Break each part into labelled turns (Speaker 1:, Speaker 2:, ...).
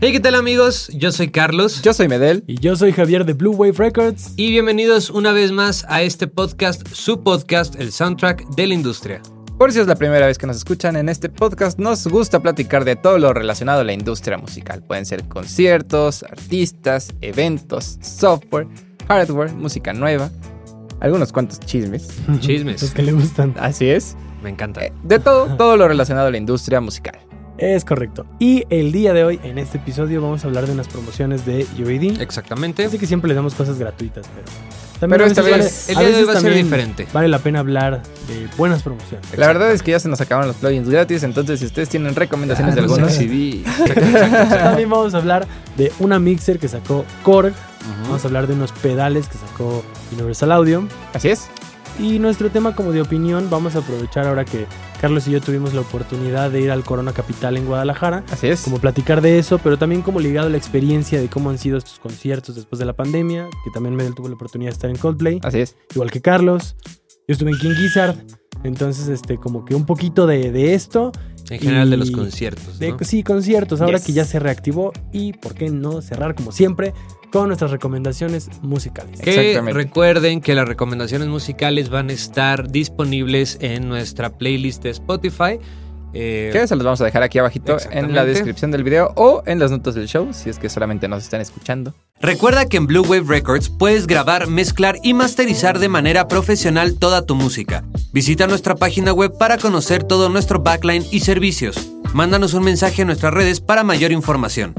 Speaker 1: Hey, ¿qué tal amigos? Yo soy Carlos.
Speaker 2: Yo soy Medel.
Speaker 3: Y yo soy Javier de Blue Wave Records.
Speaker 1: Y bienvenidos una vez más a este podcast, su podcast, el soundtrack de la industria.
Speaker 2: Por si es la primera vez que nos escuchan en este podcast, nos gusta platicar de todo lo relacionado a la industria musical. Pueden ser conciertos, artistas, eventos, software, hardware, música nueva, algunos cuantos chismes.
Speaker 1: Chismes.
Speaker 3: Los que le gustan.
Speaker 2: Así es.
Speaker 1: Me encanta.
Speaker 2: Eh, De todo, todo lo relacionado a la industria musical.
Speaker 3: Es correcto. Y el día de hoy, en este episodio, vamos a hablar de unas promociones de UAD.
Speaker 1: Exactamente.
Speaker 3: Así que siempre les damos cosas gratuitas, pero.
Speaker 2: Pero
Speaker 3: a
Speaker 2: esta
Speaker 3: veces
Speaker 2: vez-
Speaker 1: el día de
Speaker 3: a
Speaker 1: hoy
Speaker 3: veces
Speaker 1: va a ser
Speaker 3: también
Speaker 1: diferente.
Speaker 3: Vale la pena hablar de buenas promociones.
Speaker 2: La verdad es que ya se nos acabaron los plugins gratis, entonces si ustedes tienen recomendaciones
Speaker 3: Ah,
Speaker 2: de
Speaker 3: no
Speaker 2: algunos
Speaker 3: sé.
Speaker 2: CD,
Speaker 3: También vamos a hablar de una mixer que sacó Korg. Vamos a hablar de unos pedales que sacó Universal Audio.
Speaker 2: así es.
Speaker 3: Y nuestro tema como de opinión vamos a aprovechar ahora que Carlos y yo tuvimos la oportunidad de ir al Corona Capital en Guadalajara.
Speaker 2: Así es.
Speaker 3: como platicar de eso, pero también como ligado a la experiencia de cómo han sido estos conciertos después de la pandemia, que también Medel tuvo la oportunidad de estar en Coldplay,
Speaker 1: Ah.
Speaker 2: Así es.
Speaker 3: igual que Carlos. Yo estuve en King Gizzard, entonces este como que un poquito de, de esto,
Speaker 1: En general de los
Speaker 3: Y-
Speaker 1: conciertos.
Speaker 3: de
Speaker 1: ¿no?
Speaker 3: sí, conciertos, ahora
Speaker 2: Yes.
Speaker 3: que ya se reactivó y por qué no cerrar como siempre con nuestras recomendaciones musicales.
Speaker 1: Que
Speaker 2: Exactamente.
Speaker 1: recuerden que las recomendaciones musicales van a estar disponibles en nuestra playlist de Spotify. Eh,
Speaker 2: Que se los vamos a dejar aquí abajito en la
Speaker 1: Exactamente.
Speaker 2: descripción del video o en las notas del show, si es que solamente nos están escuchando.
Speaker 1: Recuerda que en Blue Wave Records puedes grabar, mezclar y masterizar de manera profesional toda tu música. Visita nuestra página web para conocer todo nuestro backline y servicios. Mándanos un mensaje a nuestras redes para mayor información.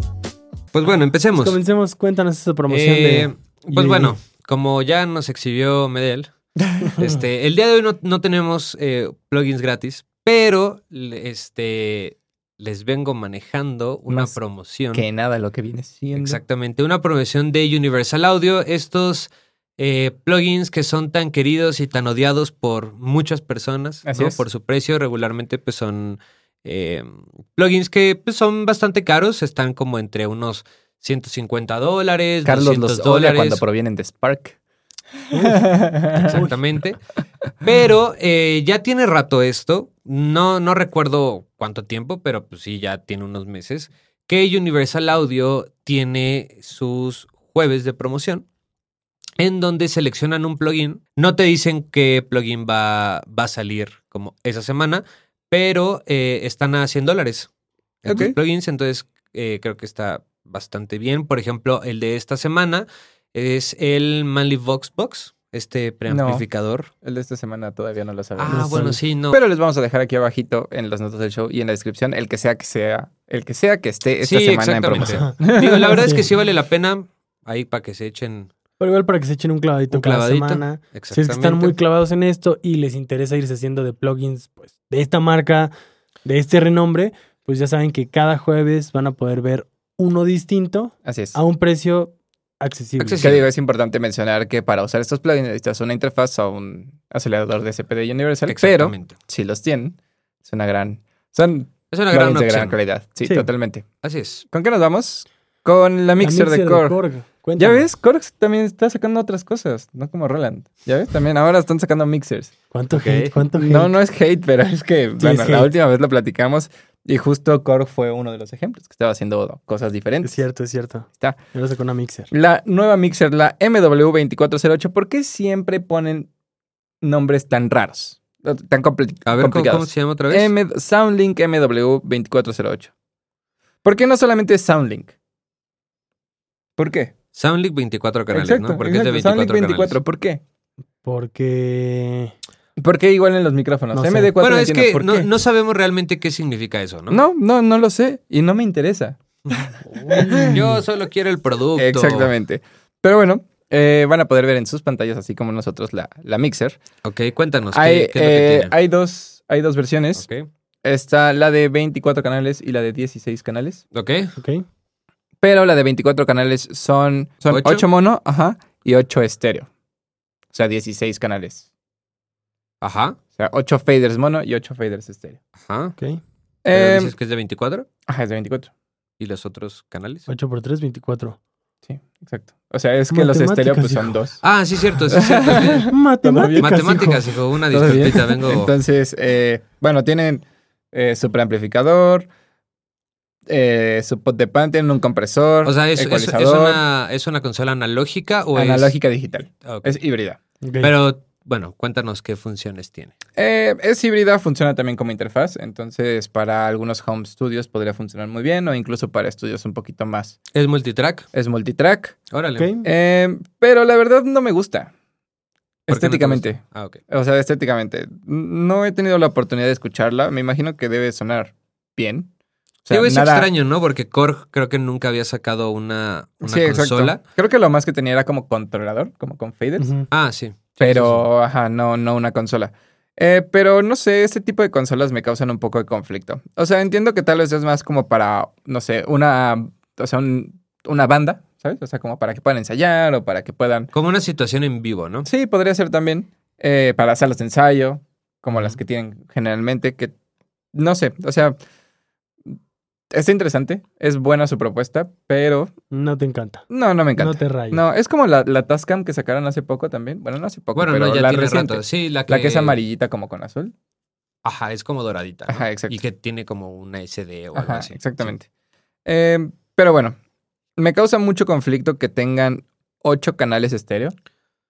Speaker 1: Pues bueno, empecemos.
Speaker 3: Comencemos, cuéntanos esa promoción
Speaker 1: Eh,
Speaker 3: de...
Speaker 1: Pues
Speaker 3: y-
Speaker 1: bueno, como ya nos exhibió Medel, este, el día de hoy no, no tenemos eh, plugins gratis, pero le- este, les vengo manejando una
Speaker 2: Más
Speaker 1: promoción.
Speaker 2: Que nada lo que viene siendo.
Speaker 1: Exactamente, una promoción de Universal Audio. Estos eh, plugins que son tan queridos y tan odiados por muchas personas
Speaker 2: Así
Speaker 1: ¿no?
Speaker 2: es.
Speaker 1: por su precio, regularmente pues son eh, plugins que pues, son bastante caros, están como entre unos 150 dólares,
Speaker 2: Carlos
Speaker 1: 200
Speaker 2: los odia
Speaker 1: dólares.
Speaker 2: cuando provienen de Spark.
Speaker 1: Exactamente. Pero eh, ya tiene rato esto. No, no recuerdo cuánto tiempo, pero pues sí, ya tiene unos meses. Que Universal Audio tiene sus jueves de promoción. En donde seleccionan un plugin. No te dicen qué plugin va, va a salir como esa semana. Pero eh, están a 100 dólares. Estos
Speaker 2: Ok.
Speaker 1: plugins, entonces eh, creo que está bastante bien. Por ejemplo, el de esta semana es el Manly Vox Box, este preamplificador.
Speaker 2: El de esta semana todavía no lo sabemos.
Speaker 1: Ah,
Speaker 3: No
Speaker 1: bueno,
Speaker 3: sabe.
Speaker 1: sí, no.
Speaker 2: Pero les vamos a dejar aquí abajito en las notas del show y en la descripción el que sea que sea, el que sea que esté esta
Speaker 1: Sí,
Speaker 2: semana en
Speaker 1: exactamente.
Speaker 2: promoción.
Speaker 1: Digo, la verdad es
Speaker 3: Sí.
Speaker 1: que sí vale la pena ahí para que se echen
Speaker 3: Pero igual para que se echen un clavadito
Speaker 1: un
Speaker 3: cada
Speaker 1: clavadito.
Speaker 3: semana.
Speaker 1: Exactamente.
Speaker 3: Si es que están muy clavados en esto y les interesa irse haciendo de plugins pues, de esta marca, de este renombre, pues ya saben que cada jueves van a poder ver uno distinto
Speaker 2: Así es.
Speaker 3: a un precio accesible.
Speaker 1: Accesible.
Speaker 2: Que digo, es importante mencionar que para usar estos plugins necesitas una interfaz o un acelerador de CPD Universal, pero
Speaker 1: Exactamente.
Speaker 2: si los tienen, es una gran... Son
Speaker 1: Es una gran
Speaker 2: plugins de
Speaker 1: opción.
Speaker 2: gran calidad. Sí,
Speaker 3: Sí.
Speaker 2: totalmente.
Speaker 1: Así es.
Speaker 2: ¿Con qué nos vamos? Con la
Speaker 3: La
Speaker 2: mixer, de Korg. Ya
Speaker 3: Cuéntame.
Speaker 2: ves, Korg también está sacando otras cosas, no como Roland. Ya ves, también ahora están sacando mixers.
Speaker 3: ¿Cuánto
Speaker 1: Ok.
Speaker 3: hate? ¿Cuánto hate?
Speaker 2: No, no es hate, pero es que bueno,
Speaker 3: es
Speaker 2: la
Speaker 3: hate.
Speaker 2: última vez lo platicamos y justo Korg fue uno de los ejemplos que estaba haciendo cosas
Speaker 3: Es
Speaker 2: diferentes.
Speaker 3: cierto, es cierto.
Speaker 2: Está.
Speaker 3: Yo sacó una mixer.
Speaker 2: La nueva mixer, la MW2408, ¿por qué siempre ponen nombres tan raros? Tan compli-
Speaker 1: A ver, ¿cómo, cómo
Speaker 2: complicados.
Speaker 1: se llama otra vez?
Speaker 2: M- Soundlink MW2408. ¿Por qué no solamente es Soundlink? ¿Por qué?
Speaker 1: Soundlink 24 canales, ¿no? Porque es de
Speaker 2: exacto.
Speaker 1: 24,
Speaker 2: Soundlink 24,
Speaker 1: canales.
Speaker 2: ¿por qué?
Speaker 3: Porque...
Speaker 2: ¿Por qué igual en los micrófonos?
Speaker 3: No sé.
Speaker 2: MD4
Speaker 1: Bueno,
Speaker 2: no
Speaker 1: es
Speaker 2: entiendo
Speaker 1: que
Speaker 2: por
Speaker 1: no,
Speaker 2: qué.
Speaker 1: no sabemos realmente qué significa eso, ¿no?
Speaker 2: No, no, no lo sé y no me interesa.
Speaker 1: Mm, Yo solo quiero el producto.
Speaker 2: Exactamente. Pero bueno, eh, van a poder ver en sus pantallas, así como nosotros, la, la mixer.
Speaker 1: Ok, cuéntanos. Pues, ¿qué-
Speaker 2: Hay,
Speaker 1: ¿qué, es lo que
Speaker 2: eh,
Speaker 1: tienen?
Speaker 2: hay, dos, hay dos versiones.
Speaker 1: Ok.
Speaker 2: Está la de 24 canales y la de 16 canales.
Speaker 1: Ok.
Speaker 3: Ok.
Speaker 2: Pero la de 24 canales son, son
Speaker 1: ¿Ocho?
Speaker 2: 8 mono ajá, y 8 estéreo. O sea, 16 canales.
Speaker 1: Ajá.
Speaker 2: O sea, 8 faders mono y 8 faders estéreo.
Speaker 1: Ajá.
Speaker 3: Ok.
Speaker 1: Pero
Speaker 2: Eh,
Speaker 1: dices que es de 24
Speaker 2: Ajá, es de 24.
Speaker 1: y los otros canales.
Speaker 3: 8 por 3, 24.
Speaker 2: Sí, exacto. O sea, es que los
Speaker 3: Matemáticas,
Speaker 2: estéreo pues
Speaker 3: hijo.
Speaker 2: son dos.
Speaker 1: Ah, sí, cierto, sí, cierto.
Speaker 3: Matemáticas,
Speaker 1: Matemáticas, hijo, una
Speaker 2: ¿Todo bien?
Speaker 1: disculpita, vengo.
Speaker 2: Entonces, eh, bueno, tienen eh, superamplificador, eh, su pot de pan tiene un compresor,
Speaker 1: O sea, es, es- es
Speaker 2: ecualizador,
Speaker 1: una, pues, es una consola analógica o es-
Speaker 2: analógica digital.
Speaker 1: Ok.
Speaker 2: Es híbrida.
Speaker 3: Ok.
Speaker 1: Pero bueno, cuéntanos qué funciones tiene.
Speaker 2: Eh, es híbrida, funciona también como interfaz, entonces para algunos home studios podría funcionar muy bien o incluso para estudios un poquito más.
Speaker 1: ¿Es multitrack?
Speaker 2: Es multitrack,
Speaker 1: Órale.
Speaker 3: Ok.
Speaker 2: eh, pero la verdad no me gusta
Speaker 1: ¿Por qué no te
Speaker 2: estéticamente.
Speaker 1: gusta? ah, ok.
Speaker 2: O sea, estéticamente. No he tenido la oportunidad de escucharla. Me imagino que debe sonar bien. O sea,
Speaker 1: Digo, es
Speaker 2: nada-
Speaker 1: extraño, ¿no? Porque Korg creo que nunca había sacado una, una
Speaker 2: Sí, exacto.
Speaker 1: consola.
Speaker 2: Creo que lo más que tenía era como controlador, como con faders.
Speaker 3: Ujú.
Speaker 1: Ah, sí. Sí, sí,
Speaker 2: Pero, ajá, no, no una consola. Eh, pero no sé, este tipo de consolas me causan un poco de conflicto. O sea, entiendo que tal vez es más como para, no sé, una, o sea, un- una banda, ¿sabes? O sea, como para que puedan ensayar o para que puedan.
Speaker 1: sí. Como una situación en vivo, ¿no?
Speaker 2: Sí, podría ser también eh, para salas de ensayo, como las
Speaker 1: Ujú.
Speaker 2: que tienen generalmente, que no sé, o sea, está interesante, es buena su propuesta, pero
Speaker 3: No te encanta.
Speaker 2: no, no me encanta.
Speaker 3: No te rayes.
Speaker 2: No, es como la, la Tascam que sacaron hace poco también. Bueno, no hace poco,
Speaker 1: Bueno,
Speaker 2: pero
Speaker 1: no, ya
Speaker 2: la
Speaker 1: tiene
Speaker 2: reciente.
Speaker 1: rato. Sí, la que,
Speaker 2: La que es amarillita como con azul.
Speaker 1: Ajá, es como doradita. ¿no?
Speaker 2: Ajá, exacto.
Speaker 1: Y que tiene como una SD o algo
Speaker 2: Ajá,
Speaker 1: así.
Speaker 2: exactamente. Eh, pero bueno, me causa mucho conflicto que tengan ocho canales estéreo.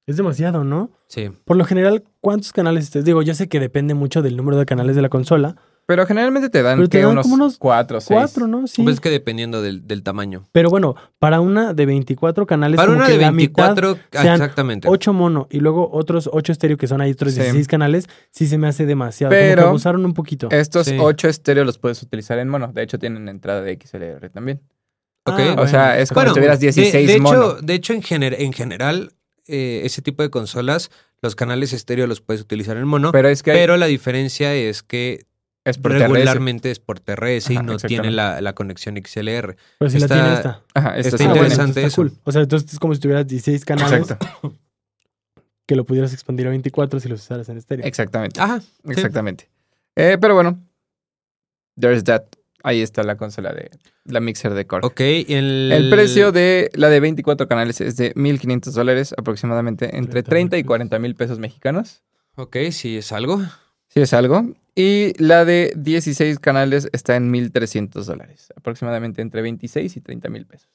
Speaker 3: Es demasiado, ¿no?
Speaker 1: Sí. sí.
Speaker 3: Por lo general, ¿cuántos canales estés? Digo, ya sé que depende mucho del número de canales de la consola.
Speaker 2: Pero generalmente te dan,
Speaker 3: Pero te
Speaker 2: ¿qué?
Speaker 3: dan
Speaker 2: unos,
Speaker 3: como unos
Speaker 2: cuatro, seis.
Speaker 3: Cuatro, ¿no? Sí.
Speaker 1: Pues es que dependiendo del, del tamaño.
Speaker 3: Pero bueno, para una de 24 canales,
Speaker 1: Para
Speaker 3: como
Speaker 1: una
Speaker 3: que
Speaker 1: de
Speaker 3: la mitad
Speaker 1: 24,
Speaker 3: sean
Speaker 1: exactamente.
Speaker 3: 8 mono y luego otros 8 estéreo que son ahí otros
Speaker 2: Sí.
Speaker 3: 16 canales, sí se me hace demasiado.
Speaker 2: Pero-
Speaker 3: Como que abusaron un poquito.
Speaker 1: Eh,
Speaker 2: Estos
Speaker 1: Sí.
Speaker 2: ocho estéreos los puedes utilizar en mono. De hecho, tienen entrada de XLR también.
Speaker 1: ok.
Speaker 3: Ah,
Speaker 2: O sea, es como
Speaker 1: Bueno,
Speaker 2: si tuvieras
Speaker 1: de-
Speaker 2: 16
Speaker 1: de,
Speaker 2: mono.
Speaker 1: hecho, de hecho, en, gener- en general, eh, ese tipo de consolas, los canales estéreo los puedes utilizar en mono, pero,
Speaker 2: pero es que
Speaker 1: la diferencia es que
Speaker 2: es por TRS.
Speaker 1: regularmente es por TRS y
Speaker 2: Ajá,
Speaker 1: no tiene
Speaker 2: exactamente.
Speaker 1: la, la conexión XLR.
Speaker 3: Pero si
Speaker 1: está-
Speaker 3: la tiene esta.
Speaker 2: Ajá, esto
Speaker 1: está
Speaker 2: está
Speaker 3: bueno,
Speaker 2: bueno.
Speaker 1: interesante
Speaker 3: está
Speaker 1: eso.
Speaker 3: cool. O sea, entonces es como si tuvieras 16 canales
Speaker 2: Exacto.
Speaker 3: que lo pudieras expandir a 24 si los usaras en estéreo.
Speaker 2: Exactamente.
Speaker 1: Ajá,
Speaker 2: Exactamente. Eh, pero bueno, there's that. Ahí está la consola de la mixer de Korg.
Speaker 1: ok. y El,
Speaker 2: El precio de la de 24 canales es de 1.500 dólares, aproximadamente entre 30
Speaker 3: 30,000
Speaker 2: y 40 mil pesos mexicanos.
Speaker 1: Ok, sí, es algo.
Speaker 2: Sí, es algo. Y la de 16 canales está en 1.300 dólares, aproximadamente entre 26 y 30 mil pesos.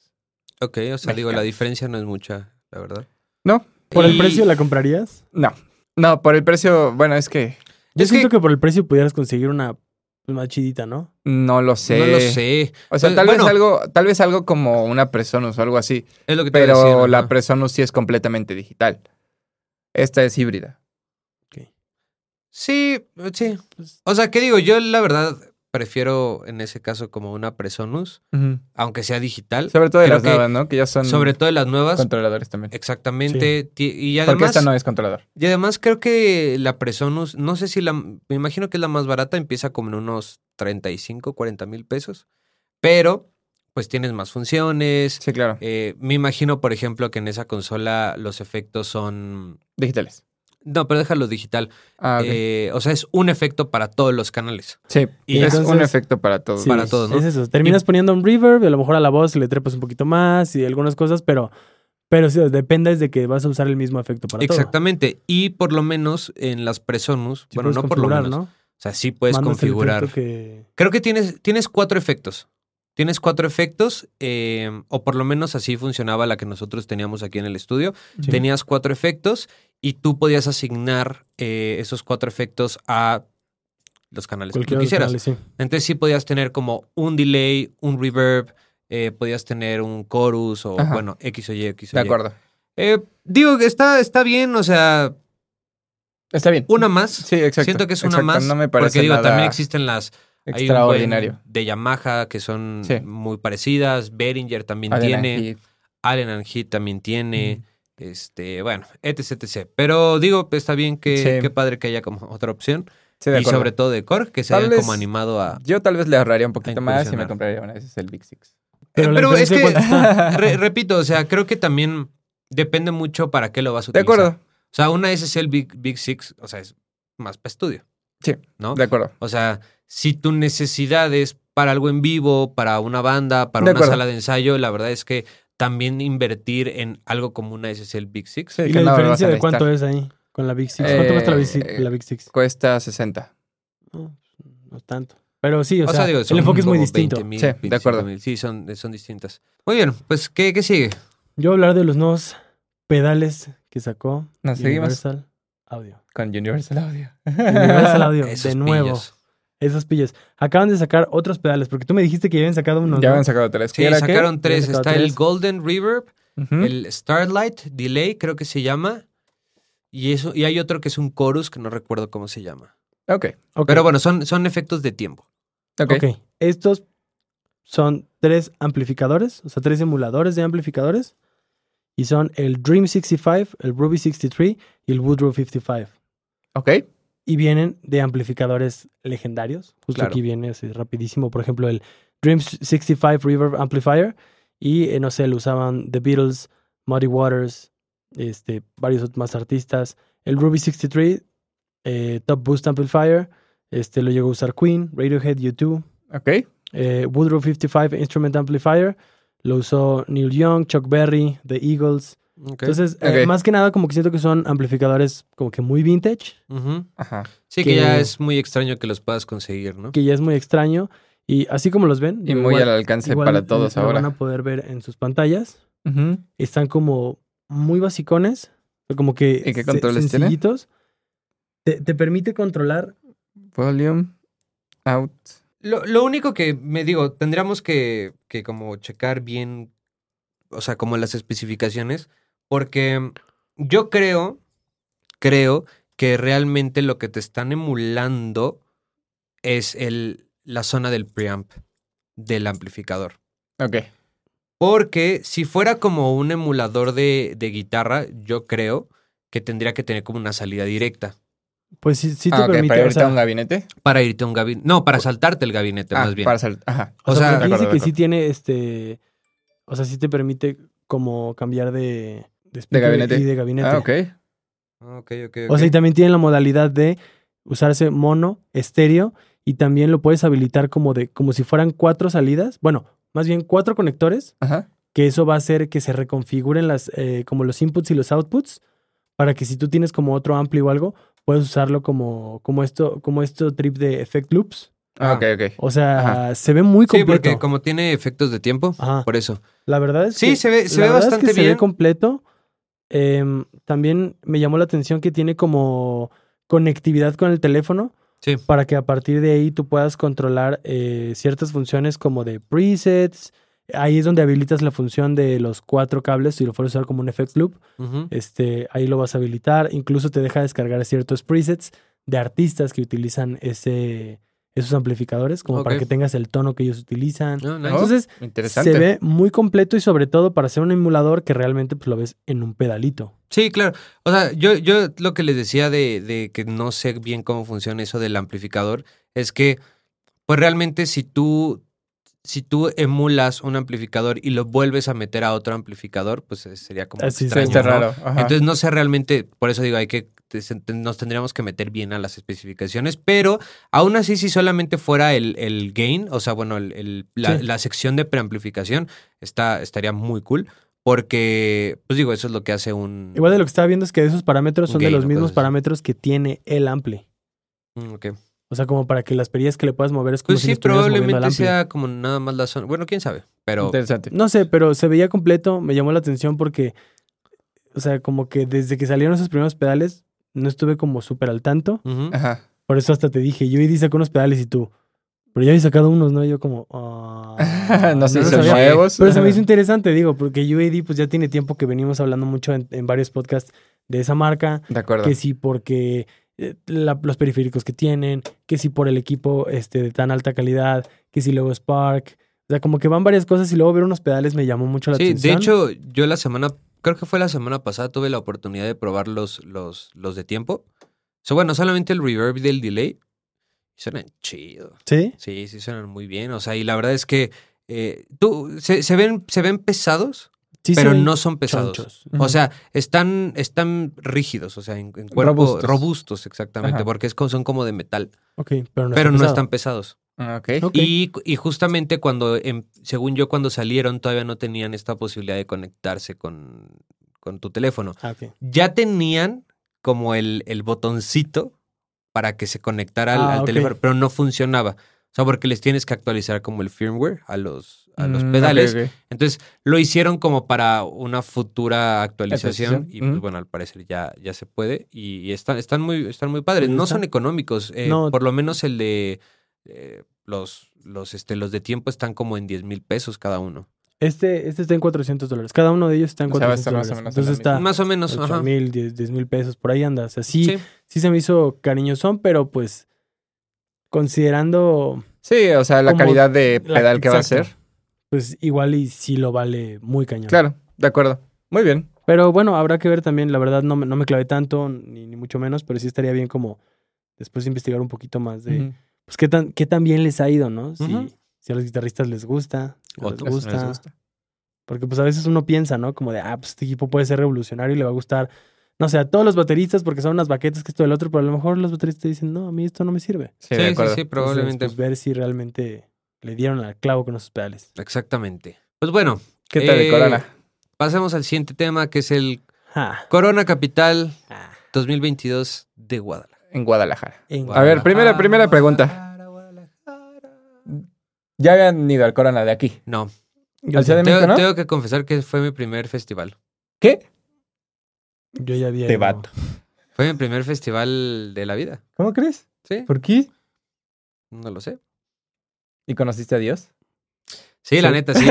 Speaker 1: Ok, o sea, digo, la
Speaker 2: Mexicanos.
Speaker 1: diferencia no es mucha, la verdad.
Speaker 2: No.
Speaker 3: ¿Por el
Speaker 1: Y-
Speaker 3: precio la comprarías?
Speaker 2: No, no, por el precio, bueno, es que
Speaker 3: Yo
Speaker 1: Es
Speaker 3: siento
Speaker 1: que-
Speaker 3: que... por el precio pudieras conseguir una pues, más chidita, ¿no?
Speaker 2: no lo sé.
Speaker 1: No lo sé.
Speaker 2: O sea,
Speaker 1: Pues,
Speaker 2: tal,
Speaker 1: bueno.
Speaker 2: vez algo, tal vez algo como una Presonus o algo así,
Speaker 1: Es lo que te iba a
Speaker 2: pero
Speaker 1: decir,
Speaker 2: la
Speaker 1: ajá.
Speaker 2: Presonus sí es completamente digital. Esta es híbrida.
Speaker 1: Sí, sí.
Speaker 3: Pues-
Speaker 1: O sea, ¿qué digo? Yo la verdad prefiero en ese caso como una Presonus, aunque sea digital.
Speaker 2: Sobre todo de
Speaker 1: Creo
Speaker 2: las
Speaker 1: que-
Speaker 2: nuevas, ¿no? Que ya son
Speaker 1: Sobre todo de las nuevas.
Speaker 2: controladores también.
Speaker 1: Exactamente. Ti- Y
Speaker 2: Porque
Speaker 1: además,
Speaker 2: esta no es controlador.
Speaker 1: y además creo que la Presonus, no sé si la, me imagino que es la más barata, empieza como en unos 35, 40 mil pesos, pero pues tienes más funciones.
Speaker 2: Sí, claro.
Speaker 1: Eh, me imagino, por ejemplo, que en esa consola los efectos son...
Speaker 2: Digitales.
Speaker 1: No, pero déjalo digital.
Speaker 2: Ah, ok.
Speaker 1: Eh, o sea, es un efecto para todos los canales.
Speaker 2: sí.
Speaker 1: y
Speaker 2: es
Speaker 3: entonces-
Speaker 2: un efecto para todo.
Speaker 3: Sí,
Speaker 1: Para todo, ¿no?
Speaker 3: Es eso. Terminas poniendo un reverb, y a lo mejor a la voz le trepas un poquito más y algunas cosas, pero, pero sí, depende de que vas a usar el mismo efecto para todo.
Speaker 1: Exactamente. Y por lo menos en las Presonus,
Speaker 3: Sí
Speaker 1: bueno,
Speaker 3: puedes
Speaker 1: no por lo
Speaker 3: configurar,
Speaker 1: menos.
Speaker 3: ¿no?
Speaker 1: O sea, sí puedes
Speaker 3: Mandas el
Speaker 1: configurar.
Speaker 3: efecto que-
Speaker 1: Creo que tienes, tienes cuatro efectos. Tienes cuatro efectos, eh, o por lo menos así funcionaba la que nosotros teníamos aquí en el estudio.
Speaker 3: Sí.
Speaker 1: Tenías cuatro efectos y tú podías asignar eh, esos cuatro efectos a los canales que tú
Speaker 3: Cualquiera de los
Speaker 1: quisieras.
Speaker 3: canales, sí.
Speaker 1: Entonces sí podías tener como un delay, un reverb, eh, podías tener un chorus o
Speaker 2: Ajá.
Speaker 1: bueno, X o Y, X o
Speaker 2: De
Speaker 1: Y.
Speaker 2: acuerdo.
Speaker 1: Eh, digo, que está, está bien, o sea,
Speaker 2: Está bien.
Speaker 1: una más.
Speaker 2: Sí, exacto.
Speaker 1: Siento que es una
Speaker 2: exacto.
Speaker 1: más.
Speaker 2: No me parece
Speaker 1: porque digo,
Speaker 2: nada
Speaker 1: también existen las hay un buen
Speaker 2: extraordinario.
Speaker 1: de Yamaha que son
Speaker 2: Sí.
Speaker 1: muy parecidas. Behringer también
Speaker 2: Allen
Speaker 1: tiene.
Speaker 2: Heath.
Speaker 1: Allen and Heath también tiene. Este, bueno, etc, etc. Pero digo, pues, está bien que,
Speaker 2: Sí.
Speaker 1: qué padre que haya como otra opción.
Speaker 2: Sí, de
Speaker 1: y
Speaker 2: acuerdo.
Speaker 1: sobre todo de Korg, que se
Speaker 2: Tal
Speaker 1: hayan
Speaker 2: vez-
Speaker 1: como animado a.
Speaker 2: Yo tal vez le ahorraría un poquito más y me
Speaker 1: incursionar.
Speaker 2: compraría una. Ese es el Big Six.
Speaker 1: Eh,
Speaker 3: Pero, la
Speaker 1: pero es
Speaker 3: diferencia,
Speaker 1: que,
Speaker 3: ¿cuánto está?
Speaker 1: re- repito, o sea, creo que también depende mucho para qué lo vas a
Speaker 2: De
Speaker 1: utilizar.
Speaker 2: acuerdo.
Speaker 1: O sea, una SSL Big, Big Six, o sea, es más para estudio.
Speaker 2: Sí.
Speaker 1: ¿No?
Speaker 2: De acuerdo.
Speaker 1: O sea, si tu necesidad es para algo en vivo, para una banda, para
Speaker 2: De
Speaker 1: una
Speaker 2: acuerdo.
Speaker 1: sala de ensayo, la verdad es que también invertir en algo como una SSL Big Six.
Speaker 2: Sí,
Speaker 3: ¿Y
Speaker 2: que
Speaker 3: la
Speaker 2: no lo vas
Speaker 3: diferencia
Speaker 2: a
Speaker 3: de cuánto
Speaker 2: necesitar.
Speaker 3: es ahí con la Big Six? ¿Cuánto
Speaker 2: Eh,
Speaker 3: cuesta la Big Six?
Speaker 2: eh,
Speaker 3: la Big Six?
Speaker 2: Cuesta 60.
Speaker 3: No, no tanto. Pero sí, o, sea,
Speaker 1: digo,
Speaker 3: el
Speaker 1: son
Speaker 3: enfoque es muy
Speaker 1: como
Speaker 3: distinto.
Speaker 1: 20,000,
Speaker 2: Sí, de
Speaker 1: 25,000.
Speaker 2: acuerdo.
Speaker 1: Sí, son, son distintas. Muy bien, pues, ¿qué, qué sigue?
Speaker 3: Yo hablar de los nuevos pedales que sacó
Speaker 2: Nos seguimos.
Speaker 3: Universal Audio.
Speaker 2: Con Universal Audio.
Speaker 3: Universal Audio, de
Speaker 1: Esos
Speaker 3: nuevo.
Speaker 1: pillos.
Speaker 3: Esos pillos. Acaban de sacar otros pedales, porque tú me dijiste que ya habían sacado unos.
Speaker 2: ya
Speaker 3: ¿no?
Speaker 2: habían sacado tres.
Speaker 1: Sí,
Speaker 2: ¿Era qué?
Speaker 1: sacaron tres.
Speaker 3: sacado
Speaker 1: Está el
Speaker 3: tres. ¿Mm?
Speaker 1: Golden Reverb,
Speaker 2: Ujú.
Speaker 1: el Starlight Delay, creo que se llama. Y, eso, y hay otro que es un chorus que no recuerdo cómo se llama.
Speaker 2: Ok,
Speaker 3: Ok,
Speaker 1: Pero bueno, son, son efectos de tiempo.
Speaker 2: ok.
Speaker 3: ok. Estos son tres amplificadores, o sea, tres emuladores de amplificadores. Y son el Dream 65, el Ruby 63 y el Woodrow 55.
Speaker 2: Ok.
Speaker 3: y vienen de amplificadores legendarios. Justo
Speaker 1: Claro.
Speaker 3: aquí viene así rapidísimo, por ejemplo, el Dream 65 Reverb Amplifier y, eh, no sé, lo usaban The Beatles, Muddy Waters, este, varios ot- más artistas. El Ruby 63 eh, Top Boost Amplifier, este, lo llegó a usar Queen, Radiohead, U2.
Speaker 2: Ok.
Speaker 3: eh, Woodrow 55 Instrument Amplifier, lo usó Neil Young, Chuck Berry, The Eagles. Entonces, eh,
Speaker 2: Ok.
Speaker 3: más que nada como que siento que son amplificadores como que muy vintage.
Speaker 1: Ujú.
Speaker 2: Ajá.
Speaker 1: Sí, que
Speaker 3: Que-
Speaker 1: ya es muy extraño que los puedas conseguir, ¿no?
Speaker 3: que ya es muy extraño. Y así como los ven,
Speaker 2: Y muy al alcance
Speaker 3: igual
Speaker 2: para todos
Speaker 3: lo
Speaker 2: ahora.
Speaker 3: van a poder ver en sus pantallas.
Speaker 2: Ujú.
Speaker 3: Están como muy basicones, como que
Speaker 2: ¿Y qué
Speaker 3: se-
Speaker 2: controles tiene?
Speaker 3: sencillitos. Te, te permite controlar.
Speaker 2: Volume. Out.
Speaker 1: Lo, lo único que me digo, tendríamos que, que como checar bien, o sea, como las especificaciones, porque yo creo, creo que realmente lo que te están emulando es el, la zona del preamp del amplificador.
Speaker 2: Ok.
Speaker 1: Porque si fuera como un emulador de, de guitarra, yo creo que tendría que tener como una salida directa
Speaker 3: Pues sí, sí te
Speaker 2: Ah, ok.
Speaker 3: permite.
Speaker 2: ¿Para
Speaker 3: o
Speaker 2: irte
Speaker 3: sea,
Speaker 2: a un gabinete?
Speaker 1: para irte a un gabinete. No, para saltarte el gabinete
Speaker 2: Ah,
Speaker 1: más bien.
Speaker 2: para salir. Ajá.
Speaker 3: o
Speaker 1: o
Speaker 3: sea,
Speaker 1: sea,
Speaker 3: porque
Speaker 2: de acuerdo,
Speaker 3: dice que
Speaker 2: de
Speaker 3: sí tiene este. O sea, sí te permite como cambiar de. De, speaker
Speaker 2: gabinete.
Speaker 3: Y de gabinete.
Speaker 2: Ah, ok.
Speaker 1: Ah, Ok, ok,
Speaker 3: O sea, y
Speaker 1: ok.
Speaker 3: también tiene la modalidad de usarse mono, estéreo, y también lo puedes habilitar como de, como si fueran cuatro salidas. Bueno, más bien cuatro conectores,
Speaker 2: Ajá.
Speaker 3: que eso va a hacer que se reconfiguren las, eh, como los inputs y los outputs, para que si tú tienes como otro amplio o algo, puedes usarlo como, como esto, como esto trip de effect loops.
Speaker 2: Ah,
Speaker 1: Ah.
Speaker 2: ok, ok.
Speaker 3: O sea, se ve muy
Speaker 1: Sí,
Speaker 3: completo.
Speaker 1: porque como tiene efectos de tiempo,
Speaker 3: Ajá.
Speaker 1: por eso.
Speaker 3: La verdad es
Speaker 1: Sí,
Speaker 3: que
Speaker 1: se ve, se ve
Speaker 3: la verdad es
Speaker 1: bastante
Speaker 3: que se ve
Speaker 1: bien.
Speaker 3: completo. Em, también me llamó la atención que tiene como conectividad con el teléfono.
Speaker 1: Sí.
Speaker 3: Para que a partir de ahí tú puedas controlar eh, ciertas funciones como de presets. Ahí es donde habilitas la función de los cuatro cables. Si lo fueras a usar como un effect loop,
Speaker 1: Ujú.
Speaker 3: este, ahí lo vas a habilitar. Incluso te deja descargar ciertos presets de artistas que utilizan ese, esos amplificadores, como para
Speaker 1: Ok.
Speaker 3: que tengas el tono que ellos utilizan.
Speaker 1: No, nice.
Speaker 3: Entonces,
Speaker 2: Interesante.
Speaker 3: se ve muy completo y sobre todo para ser un emulador que realmente pues, lo ves en un pedalito.
Speaker 1: Sí, claro. O sea, yo, yo lo que les decía de, de que no sé bien cómo funciona eso del amplificador es que, pues realmente si tú, si tú emulas un amplificador y lo vuelves a meter a otro amplificador, pues eh, sería como
Speaker 3: Así
Speaker 1: extraño,
Speaker 2: Está
Speaker 1: ¿no?
Speaker 2: raro. Ajá.
Speaker 1: Entonces no sé realmente, por eso digo, hay que nos tendríamos que meter bien a las especificaciones, pero aún así si solamente fuera el, el gain, o sea, bueno, el- el- la,
Speaker 3: Sí.
Speaker 1: la sección de preamplificación está, estaría muy cool, porque, pues digo, eso es lo que hace un...
Speaker 3: Igual de lo que estaba viendo es que esos parámetros son de
Speaker 1: Gain
Speaker 3: los
Speaker 1: o
Speaker 3: mismos
Speaker 1: cosas así.
Speaker 3: parámetros que tiene el ampli.
Speaker 1: Mm, ok.
Speaker 3: O sea, como para que las perillas que le puedas mover es como
Speaker 1: Pues
Speaker 3: si le
Speaker 1: sí,
Speaker 3: estuvieras moviendo al
Speaker 1: probablemente
Speaker 3: ampli.
Speaker 1: sea como nada más la zona. Bueno, quién sabe, pero...
Speaker 2: Interesante.
Speaker 3: No sé, pero se veía completo, me llamó la atención porque, o sea, como que desde que salieron esos primeros pedales, no estuve como súper al tanto.
Speaker 1: Ujú.
Speaker 2: Ajá.
Speaker 3: Por eso hasta te dije, yo di sacó unos pedales y tú, pero ya había sacado unos, ¿no? Y yo como, ah,
Speaker 2: no sé
Speaker 1: lo
Speaker 2: si
Speaker 3: lo
Speaker 2: son
Speaker 3: sabía.
Speaker 2: nuevos.
Speaker 3: Pero se me hizo interesante, digo, porque UAD pues ya tiene tiempo que venimos hablando mucho en, en varios podcasts de esa marca,
Speaker 2: De acuerdo.
Speaker 3: que sí porque eh, la- los periféricos que tienen, que sí por el equipo este, de tan alta calidad, que sí luego Spark, o sea, como que van varias cosas y luego ver unos pedales me llamó mucho la
Speaker 1: Sí, de
Speaker 3: atención.
Speaker 1: hecho, yo la semana, creo que fue la semana pasada, tuve la oportunidad de probar los, los, los de tiempo. So, bueno, solamente el reverb y el delay suenan chido.
Speaker 3: Sí,
Speaker 1: Sí, sí suenan muy bien. O sea, y la verdad es que eh, tú, se, se ven, se ven pesados,
Speaker 3: sí se
Speaker 1: pero
Speaker 3: ven
Speaker 1: no son pesados.
Speaker 3: chonchos.
Speaker 2: Ujú.
Speaker 1: O sea, están, están rígidos, o sea, en, en cuerpo
Speaker 2: Robustos.
Speaker 1: robustos, exactamente,
Speaker 2: Ajá.
Speaker 1: porque es, como- son como de metal,
Speaker 3: Ok, pero no,
Speaker 1: pero no
Speaker 3: pesado.
Speaker 1: están pesados.
Speaker 2: Ah, Ok.
Speaker 3: Ok.
Speaker 1: Y, y justamente cuando, em- según yo, cuando salieron, todavía no tenían esta posibilidad de conectarse con, con tu teléfono.
Speaker 3: Ah, ok.
Speaker 1: Ya tenían como el, el botoncito para que se conectara al,
Speaker 3: Ah,
Speaker 1: al
Speaker 3: ok.
Speaker 1: teléfono, pero no funcionaba. O sea, porque les tienes que actualizar como el firmware a los, a
Speaker 2: Mm,
Speaker 3: Mm,
Speaker 1: los pedales. Entonces, lo hicieron como para una futura actualización.
Speaker 2: Actualización,
Speaker 1: Y pues,
Speaker 2: ujú.
Speaker 1: bueno, al parecer ya, ya se puede. Y, y están, están muy, están muy padres.
Speaker 3: Me
Speaker 1: No
Speaker 3: gusta.
Speaker 1: son económicos. eh,
Speaker 3: No.
Speaker 1: Por lo menos el de eh, los, los, este, los de tiempo están como en 10 mil pesos cada uno.
Speaker 3: Este, este está en 400 dólares. Cada uno de ellos está en
Speaker 2: O sea, va a
Speaker 3: 400
Speaker 2: estar más
Speaker 3: dólares.
Speaker 2: o menos en la
Speaker 3: Entonces está
Speaker 1: Más o menos,
Speaker 3: 8
Speaker 1: ajá.
Speaker 3: mil, 10 mil pesos, por ahí anda. O sea, sí,
Speaker 1: Sí.
Speaker 3: sí. se me hizo cariñosón, pero pues considerando...
Speaker 2: Sí, o sea, la
Speaker 3: Como
Speaker 2: calidad de
Speaker 3: la-
Speaker 2: pedal que va a
Speaker 3: exacto.
Speaker 2: ser.
Speaker 3: Pues igual y sí lo vale muy cañón.
Speaker 2: Claro, de acuerdo. Muy bien.
Speaker 3: Pero bueno, habrá que ver también, la verdad no me, no me clavé tanto, ni, ni mucho menos, pero sí estaría bien como después investigar un poquito más de,
Speaker 2: Ujú.
Speaker 3: pues qué tan, qué tan bien les ha ido, ¿no? Si,
Speaker 1: Ujú.
Speaker 3: si a los guitarristas les gusta, si no
Speaker 1: O
Speaker 3: les
Speaker 1: tú.
Speaker 2: Eso no les
Speaker 3: gusta.
Speaker 2: gusta.
Speaker 3: Porque pues a veces uno piensa, ¿no? Como de, ah, pues este equipo puede ser revolucionario y le va a gustar, no sé, a todos los bateristas porque son unas baquetas que esto del otro, pero a lo mejor los bateristas dicen, no, a mí esto no me sirve.
Speaker 2: Sí,
Speaker 1: Sí,
Speaker 2: de
Speaker 1: sí,
Speaker 2: acuerdo.
Speaker 1: sí,
Speaker 3: Entonces,
Speaker 1: probablemente.
Speaker 3: pues, ver si realmente le dieron al clavo con esos pedales.
Speaker 1: Exactamente. Pues bueno,
Speaker 2: ¿Qué tal el
Speaker 1: Eh,
Speaker 2: Corona?
Speaker 1: pasemos al siguiente tema, que es el
Speaker 3: Ja,
Speaker 1: Corona Capital
Speaker 3: ja.
Speaker 1: 2022 de Guadalajara.
Speaker 2: En Guadalajara.
Speaker 3: En-
Speaker 2: A ver, primera- primera pregunta.
Speaker 1: Guadalajara, Guadalajara.
Speaker 2: Ya habían ido al Corona de aquí.
Speaker 1: No,
Speaker 2: Al Ciudad de
Speaker 1: tengo,
Speaker 2: México, ¿no?
Speaker 1: tengo que confesar que fue mi primer festival.
Speaker 2: ¿Qué?
Speaker 3: Yo ya había...
Speaker 2: Te
Speaker 3: ido.
Speaker 2: vato.
Speaker 1: Fue mi primer festival de la vida.
Speaker 2: ¿Cómo crees?
Speaker 1: Sí,
Speaker 2: ¿Por qué?
Speaker 1: no lo sé.
Speaker 2: ¿Y conociste a Dios?
Speaker 1: Sí, la neta, sí.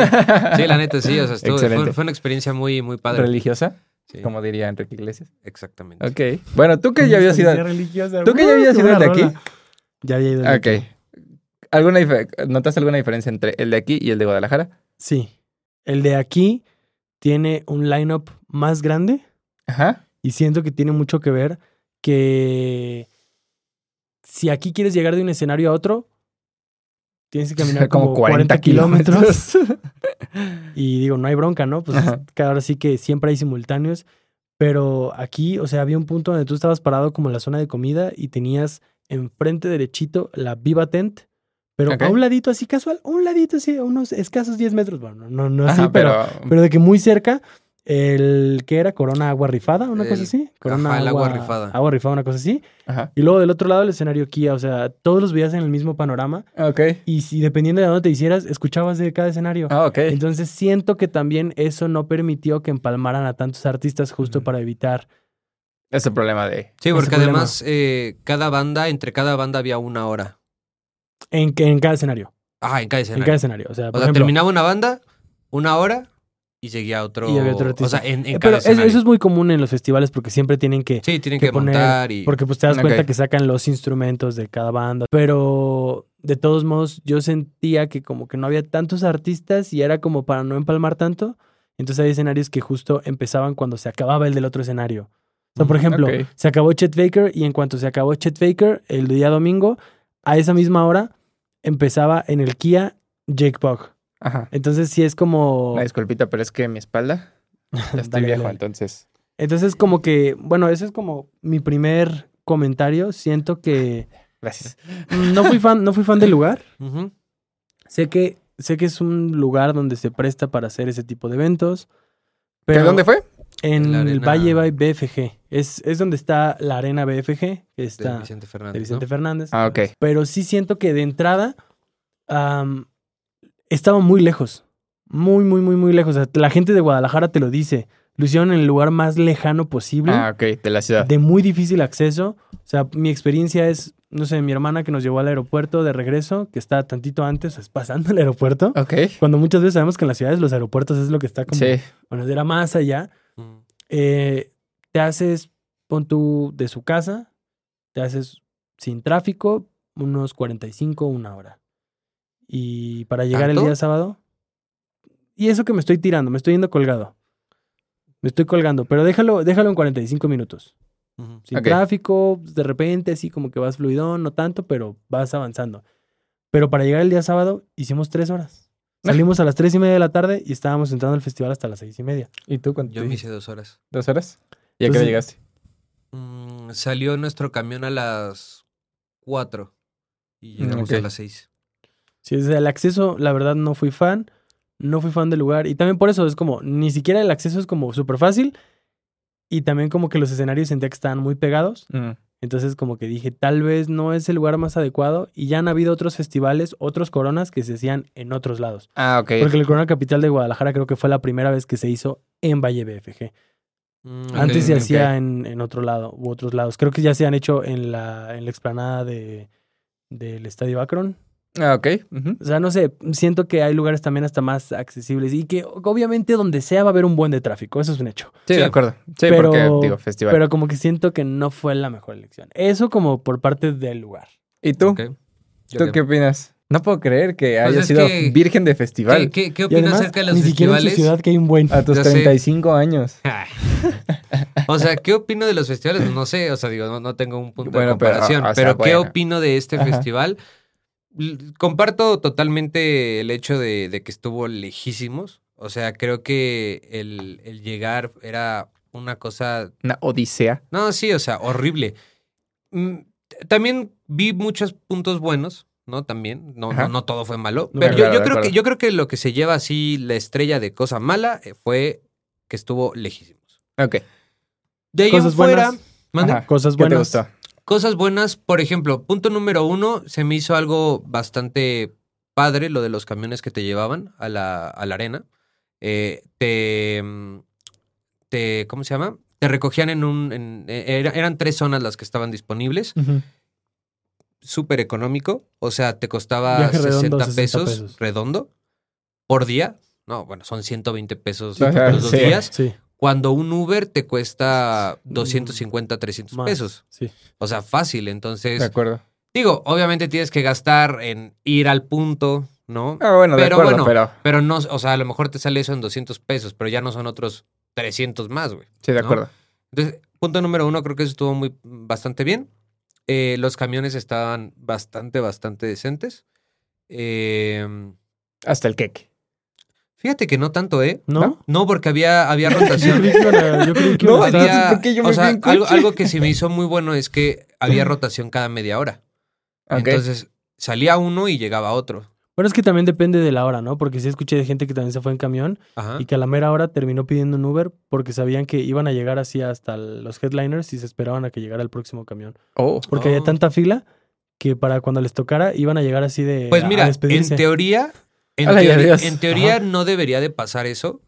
Speaker 1: Sí, la neta, sí. O sea, estuvo-
Speaker 2: Excelente.
Speaker 1: fue, fue una experiencia muy, muy padre.
Speaker 2: ¿Religiosa?
Speaker 1: Sí,
Speaker 2: Como diría Enrique Iglesias.
Speaker 1: exactamente.
Speaker 2: Ok. Bueno, tú que ya habías ido...
Speaker 3: Experiencia religiosa.
Speaker 2: ¿Tú que ya
Speaker 3: Uh,
Speaker 2: habías
Speaker 3: qué
Speaker 2: ido
Speaker 3: buena
Speaker 2: de aquí?
Speaker 3: rola. Ya había ido. de aquí.
Speaker 2: Ok. ¿Alguna dif- ¿Notas alguna diferencia entre el de aquí y el de Guadalajara?
Speaker 3: Sí. El de aquí tiene un lineup más grande
Speaker 2: Ajá.
Speaker 3: y siento que tiene mucho que ver que si aquí quieres llegar de un escenario a otro, tienes que caminar como, 40, kilómetros. Y digo, no hay bronca, ¿no? Pues
Speaker 2: Ajá.
Speaker 3: que ahora sí que siempre hay simultáneos. Pero aquí, o sea, había un punto donde tú estabas parado como en la zona de comida y tenías enfrente derechito la Viva Tent, pero
Speaker 2: Ok.
Speaker 3: a un ladito así casual, a un ladito así, a unos escasos 10 metros. Bueno, no, no así,
Speaker 2: Ajá,
Speaker 3: pero,
Speaker 2: pero,
Speaker 3: pero de que muy cerca, el que era Corona Agua Rifada, una cosa
Speaker 1: El-
Speaker 3: así. Corona
Speaker 1: ajá, el agua rifada.
Speaker 3: Agua Rifada, una cosa así.
Speaker 2: Ajá.
Speaker 3: Y luego del otro lado el escenario Kia, o sea, todos los veías en el mismo panorama
Speaker 2: Ok.
Speaker 3: y si dependiendo de dónde te hicieras, escuchabas de cada escenario.
Speaker 2: Ah, ok.
Speaker 3: Entonces siento que también eso no permitió que empalmaran a tantos artistas justo
Speaker 2: Ujú.
Speaker 3: para evitar.
Speaker 2: Es el problema de...
Speaker 1: Sí,
Speaker 3: ese
Speaker 1: porque
Speaker 3: problema.
Speaker 1: además eh, cada banda, entre cada banda había una hora.
Speaker 3: En, que- en cada escenario.
Speaker 1: Ah, en cada
Speaker 3: En
Speaker 1: escenario.
Speaker 3: cada escenario. O sea,
Speaker 1: o
Speaker 3: por
Speaker 1: sea,
Speaker 3: ejemplo,
Speaker 1: terminaba una banda, una hora y seguía otro.
Speaker 3: Y había otro
Speaker 1: o
Speaker 3: artista.
Speaker 1: sea, en, en cada
Speaker 3: eh, pero es- eso,
Speaker 1: escenario.
Speaker 3: es muy común en los festivales porque siempre tienen que.
Speaker 1: Sí, tienen
Speaker 3: que
Speaker 1: que,
Speaker 3: poner-
Speaker 1: montar y.
Speaker 3: Porque pues te das
Speaker 2: Ok.
Speaker 3: cuenta que sacan los instrumentos de cada banda. Pero de todos modos, yo sentía que como que no había tantos artistas y era como para no empalmar tanto. Entonces hay escenarios que justo empezaban cuando se acababa el del otro escenario. O sea, por
Speaker 1: Ujú,
Speaker 3: ejemplo,
Speaker 2: ok.
Speaker 3: se acabó Chet Baker y en cuanto se acabó Chet Baker, el día domingo, a esa misma hora, empezaba en el Kia Jake Bug.
Speaker 2: Ajá.
Speaker 3: Entonces sí es
Speaker 1: Oh.
Speaker 3: como...
Speaker 2: Una disculpita, pero es que mi espalda... Ya estoy
Speaker 3: Dale,
Speaker 2: viejo,
Speaker 3: dale.
Speaker 2: entonces...
Speaker 3: Entonces como que, bueno, ese es como mi primer comentario. Siento que
Speaker 2: Gracias.
Speaker 3: mm, no fui fan, no fui fan del lugar.
Speaker 1: Ujú.
Speaker 3: Sé que, sé que es un lugar donde se presta para hacer ese tipo de eventos.
Speaker 2: ¿De
Speaker 3: Pero
Speaker 2: dónde fue?
Speaker 3: En
Speaker 1: En la
Speaker 3: el
Speaker 1: arena-
Speaker 3: Valle by BFG. Es, es donde está la arena BFG, que
Speaker 1: De
Speaker 3: está
Speaker 1: Vicente
Speaker 3: de
Speaker 1: Fernández.
Speaker 3: Vicente
Speaker 1: ¿no?
Speaker 3: Fernández.
Speaker 2: Ah, ok.
Speaker 3: pero sí siento que de entrada am, estaba muy lejos. Muy, muy, muy, muy lejos. O sea, la gente de Guadalajara te lo dice. Lo hicieron en el lugar más lejano posible,
Speaker 2: Ah, ok, de la ciudad.
Speaker 3: de muy difícil acceso. O sea, mi experiencia es, no sé, mi hermana que nos llevó al aeropuerto de regreso, que está tantito antes, es pasando el aeropuerto.
Speaker 2: Ok.
Speaker 3: Cuando muchas veces sabemos que en las ciudades los aeropuertos es lo que está como,
Speaker 2: Sí.
Speaker 3: bueno, era más allá
Speaker 1: Mm.
Speaker 3: eh, te haces, pon tú de su casa, te haces sin tráfico, unos 45, una hora. Y para llegar el
Speaker 1: ¿Tanto?
Speaker 3: día sábado. Y eso que me estoy tirando, me estoy yendo colgado. Me estoy colgando, pero déjalo, déjalo en 45 minutos.
Speaker 1: Ujú.
Speaker 3: Sin
Speaker 2: Ok.
Speaker 3: tráfico, de repente, así como que vas fluidón, no tanto, pero vas avanzando. Pero para llegar el día sábado hicimos tres horas. Salimos a las tres y media de la tarde y estábamos entrando al festival hasta las seis y media.
Speaker 2: ¿Y tú cuánto?
Speaker 1: Yo me hice dos horas.
Speaker 2: ¿Dos horas? ¿Y a qué hora
Speaker 3: Entonces-
Speaker 2: llegaste?
Speaker 1: Mm, salió nuestro camión a las 4 y llegamos
Speaker 2: ok.
Speaker 1: a las 6.
Speaker 3: Sí, o sea, el acceso, la verdad, no fui fan. No fui fan del lugar. Y también por eso es como, ni siquiera
Speaker 1: Mm.
Speaker 3: el acceso es como súper fácil. Y también como que los escenarios sentía que estaban muy pegados. Entonces como que dije, tal vez no es el lugar más adecuado y ya han habido otros festivales, otros coronas que se hacían en otros lados.
Speaker 2: Ah, ok.
Speaker 3: Porque el Corona Capital de Guadalajara creo que fue la primera vez que se hizo en Valle BFG.
Speaker 1: Mm,
Speaker 3: Antes se
Speaker 2: ok.
Speaker 3: hacía en, en otro lado u otros lados. Creo que ya se han hecho en la, en la explanada de, del Estadio Akron.
Speaker 2: Ah, ok. ujú.
Speaker 3: O sea, no sé, siento que hay lugares también hasta más accesibles y que obviamente donde sea va a haber un buen de tráfico, eso es un hecho.
Speaker 2: Sí,
Speaker 1: Sí.
Speaker 2: de acuerdo. Sí,
Speaker 3: Pero-
Speaker 2: porque digo, festival.
Speaker 3: Pero como que siento que no fue la mejor elección. Eso como por parte del lugar.
Speaker 2: ¿Y tú?
Speaker 1: Ok. Yo
Speaker 2: ¿Tú
Speaker 1: qué- Pues
Speaker 2: qué opinas? No puedo creer que haya
Speaker 1: es
Speaker 2: sido
Speaker 1: que-
Speaker 2: virgen de festival
Speaker 1: ¿Qué, qué, qué
Speaker 3: Y
Speaker 1: opinas
Speaker 3: además,
Speaker 1: acerca de los
Speaker 3: ni siquiera en su
Speaker 1: festivales?
Speaker 3: ciudad que hay un buen...
Speaker 2: a tus
Speaker 1: Ya sé.
Speaker 2: 35 años.
Speaker 1: o sea, ¿qué opino de los festivales? No sé, o sea, digo, no, no tengo un punto
Speaker 2: Bueno,
Speaker 1: de
Speaker 2: pero,
Speaker 1: comparación,
Speaker 2: o sea,
Speaker 1: pero, ¿qué
Speaker 2: bueno.
Speaker 1: opino de este
Speaker 2: Ajá.
Speaker 1: festival? L- Comparto totalmente el hecho de, de que estuvo lejísimos. O sea, creo que el, el llegar era una cosa.
Speaker 2: Una odisea.
Speaker 1: No, sí, o sea, horrible. Mm, t- También vi muchos puntos buenos, ¿no? También. No,
Speaker 2: Ajá.
Speaker 1: no, no todo fue malo.
Speaker 3: De
Speaker 1: Pero yo-
Speaker 2: acuerdo,
Speaker 1: yo,
Speaker 2: de
Speaker 1: creo que,
Speaker 2: acuerdo.
Speaker 1: yo creo que lo que se lleva así la estrella de cosa mala eh, fue que estuvo lejísimos.
Speaker 2: Ok.
Speaker 1: De ahí
Speaker 3: Cosas
Speaker 1: en fuera,
Speaker 3: buenas.
Speaker 1: ¿mande?
Speaker 2: Ajá.
Speaker 3: Cosas
Speaker 2: ¿Qué te
Speaker 3: buenas.
Speaker 2: gustó?
Speaker 1: cosas buenas, por ejemplo, punto número uno, se me hizo algo bastante padre lo de los camiones que te llevaban a la, a la arena. Eh, te, mm, te, ¿cómo se llama? Te recogían en un, en- e, era- eran tres zonas las que estaban disponibles,
Speaker 3: Ujú.
Speaker 1: súper económico, o sea, te costaba
Speaker 3: Viaje redondo,
Speaker 1: 60
Speaker 3: 60
Speaker 1: pesos,
Speaker 3: pesos.
Speaker 1: redondo por día. No, bueno, son 120 pesos
Speaker 2: Sí,
Speaker 1: por los
Speaker 2: sí.
Speaker 1: dos días.
Speaker 3: Sí,
Speaker 1: Cuando un Uber te cuesta
Speaker 3: Mm,
Speaker 1: 250, 300
Speaker 3: más.
Speaker 1: pesos.
Speaker 3: Sí.
Speaker 1: O sea, fácil.
Speaker 2: De
Speaker 1: Entonces,
Speaker 2: acuerdo.
Speaker 1: digo, obviamente tienes que gastar en ir al punto, ¿no?
Speaker 2: Ah, bueno, de
Speaker 1: Pero
Speaker 2: acuerdo,
Speaker 1: bueno.
Speaker 2: pero
Speaker 1: Pero no, o sea, a lo mejor te sale eso en 200 pesos, pero ya no son otros 300 más, güey.
Speaker 2: sí, de
Speaker 1: ¿no?
Speaker 2: acuerdo.
Speaker 1: Entonces, punto número uno, creo que eso estuvo muy, bastante bien. Eh, los camiones estaban bastante, bastante decentes. Eh,
Speaker 2: Hasta el queque.
Speaker 1: fíjate que no tanto, ¿eh.
Speaker 3: ¿No?
Speaker 1: No, porque había, había
Speaker 3: Yo
Speaker 1: rotación.
Speaker 3: creí que iban a- yo creí que
Speaker 2: No,
Speaker 3: iban a
Speaker 2: había-
Speaker 3: estar-
Speaker 1: Había-
Speaker 2: ¿por qué yo me
Speaker 1: o sea,
Speaker 2: fui en coche?
Speaker 1: algo, algo que se me hizo muy bueno es que había rotación cada media hora.
Speaker 2: Ok.
Speaker 1: Entonces salía uno y llegaba otro.
Speaker 3: Bueno, es que también depende de la hora, ¿no? Porque sí escuché de gente que también se fue en camión
Speaker 1: Ajá.
Speaker 3: y que a la mera hora terminó pidiendo un Uber porque sabían que iban a llegar así hasta el- los headliners y se esperaban a que llegara el próximo camión.
Speaker 2: oh,
Speaker 3: Porque
Speaker 1: Oh.
Speaker 3: había tanta fila que para cuando les tocara iban a llegar así de
Speaker 1: Pues
Speaker 3: a- a
Speaker 1: mira, en
Speaker 3: despedirse.
Speaker 1: teoría, en,
Speaker 2: Hola y
Speaker 1: teoría-
Speaker 2: adiós.
Speaker 1: en teoría
Speaker 3: Ajá.
Speaker 1: no debería de pasar eso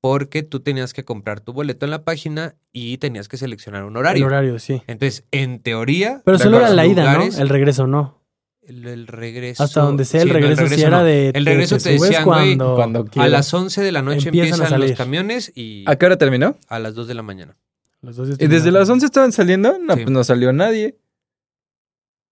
Speaker 1: porque tú tenías que comprar tu boleto en la página y tenías que seleccionar un horario.
Speaker 3: El horario, sí.
Speaker 1: Entonces, en teoría,
Speaker 3: Pero
Speaker 2: De
Speaker 3: solo era
Speaker 2: acuerdo.
Speaker 3: la ida, ¿no?
Speaker 1: Lugares-
Speaker 3: El regreso no.
Speaker 1: el, el regreso...
Speaker 3: Hasta donde sea, el
Speaker 1: sí, no,
Speaker 3: regreso, sí era
Speaker 1: no.
Speaker 3: de...
Speaker 1: El regreso te
Speaker 3: subes
Speaker 1: decían, güey,
Speaker 3: cuando...
Speaker 2: cuando
Speaker 1: A
Speaker 2: quieras.
Speaker 1: las 11 de la noche
Speaker 3: Empiezan a
Speaker 1: empiezan,
Speaker 3: salir.
Speaker 1: los camiones y
Speaker 2: ¿A qué hora terminó?
Speaker 1: a las 2 de la mañana.
Speaker 3: Los dos
Speaker 2: ¿Y desde las 11 estaban saliendo? No,
Speaker 1: Sí.
Speaker 2: pues no salió nadie.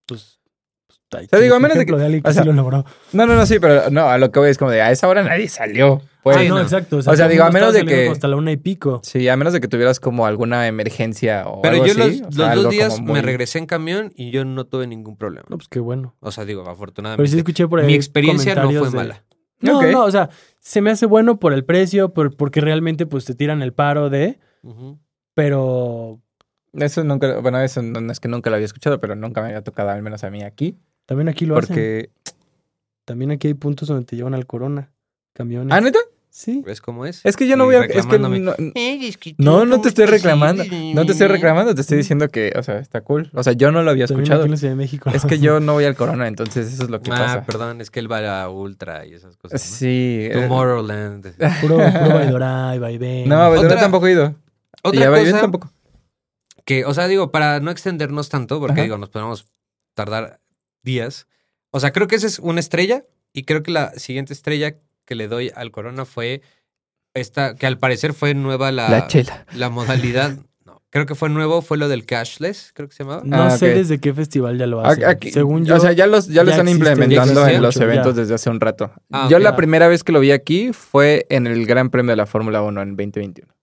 Speaker 3: Pues, pues, ahí
Speaker 2: sea, digo,
Speaker 3: tienes
Speaker 2: a menos de
Speaker 3: ejemplo
Speaker 2: que-
Speaker 3: de alguien
Speaker 2: o
Speaker 3: que
Speaker 2: sea,
Speaker 3: sí lo logró.
Speaker 2: No, no, no, sí, pero no, a lo que voy es como de a esa hora nadie salió. Pues,
Speaker 3: ah, no,
Speaker 1: no.
Speaker 3: exacto. O
Speaker 2: O sea,
Speaker 3: todo el
Speaker 2: digo, a
Speaker 3: mundo
Speaker 2: menos
Speaker 3: estaba
Speaker 2: de
Speaker 3: saliendo
Speaker 2: que-
Speaker 3: como Hasta la una y pico.
Speaker 2: Sí, a menos de que tuvieras como alguna emergencia o
Speaker 1: Pero
Speaker 2: algo
Speaker 1: yo
Speaker 2: así. o
Speaker 1: los,
Speaker 2: sea,
Speaker 1: los
Speaker 2: algo
Speaker 1: dos días
Speaker 2: como muy-
Speaker 1: me regresé en camión y yo no tuve ningún problema.
Speaker 3: No, pues qué bueno.
Speaker 1: O sea, digo, afortunadamente.
Speaker 3: Pero sí escuché por ahí
Speaker 1: Mi experiencia no
Speaker 3: comentarios
Speaker 1: fue
Speaker 3: de-
Speaker 1: mala.
Speaker 3: No,
Speaker 2: Ok.
Speaker 3: no, o sea, se me hace bueno por el precio, por, porque realmente pues te tiran el paro de,
Speaker 1: Ujú.
Speaker 3: pero
Speaker 2: Eso nunca, bueno, eso no, no es que nunca lo había escuchado, pero nunca me había tocado, al menos a mí aquí.
Speaker 3: también aquí lo hacen.
Speaker 2: Porque.
Speaker 3: También aquí hay puntos donde te llevan al corona, camiones.
Speaker 2: ¿Ah, neta?
Speaker 3: Sí.
Speaker 1: ¿Ves cómo es?
Speaker 2: Es que yo no
Speaker 1: Y
Speaker 2: voy a. Es Eh, que no,
Speaker 1: reclamándome.
Speaker 2: no, no te estoy reclamando. No te estoy reclamando, te estoy diciendo que, o sea, está cool. O sea, yo no lo había
Speaker 3: También
Speaker 2: escuchado.
Speaker 3: aquí en la Ciudad de México.
Speaker 2: Es que yo no voy al corona, entonces eso es lo que
Speaker 1: Ah,
Speaker 2: pasa.
Speaker 1: perdón, es que él va a Ultra y esas cosas. ¿no?
Speaker 2: Sí. eh,
Speaker 1: Tomorrowland.
Speaker 3: Puro, puro vaidorá y vaivén.
Speaker 2: No, pues, yo
Speaker 1: Otra-
Speaker 2: tampoco he ido. y
Speaker 1: Otra
Speaker 2: a Baby
Speaker 1: cosa
Speaker 2: tampoco.
Speaker 1: que, o sea, digo, para no extendernos tanto, porque
Speaker 2: Ajá.
Speaker 1: digo, nos podemos tardar días. O sea, creo que esa es una estrella y creo que la siguiente estrella que le doy al Corona fue esta, que al parecer fue nueva la,
Speaker 2: La chela.
Speaker 1: la modalidad. No, creo que fue nuevo, fue lo del cashless, creo que se llamaba.
Speaker 3: No
Speaker 2: Ah,
Speaker 3: sé
Speaker 2: ok.
Speaker 3: desde qué festival ya lo hacen.
Speaker 2: Aquí-
Speaker 3: Según yo,
Speaker 2: o sea, ya los ya lo
Speaker 3: ya
Speaker 2: están
Speaker 3: existe, ya
Speaker 2: implementando
Speaker 1: existe
Speaker 2: en los
Speaker 3: mucho, ya.
Speaker 2: eventos desde hace un rato.
Speaker 1: Ah,
Speaker 2: Yo
Speaker 1: ok.
Speaker 2: la primera vez que lo vi aquí fue en el Gran Premio de la Fórmula 1 en 2021.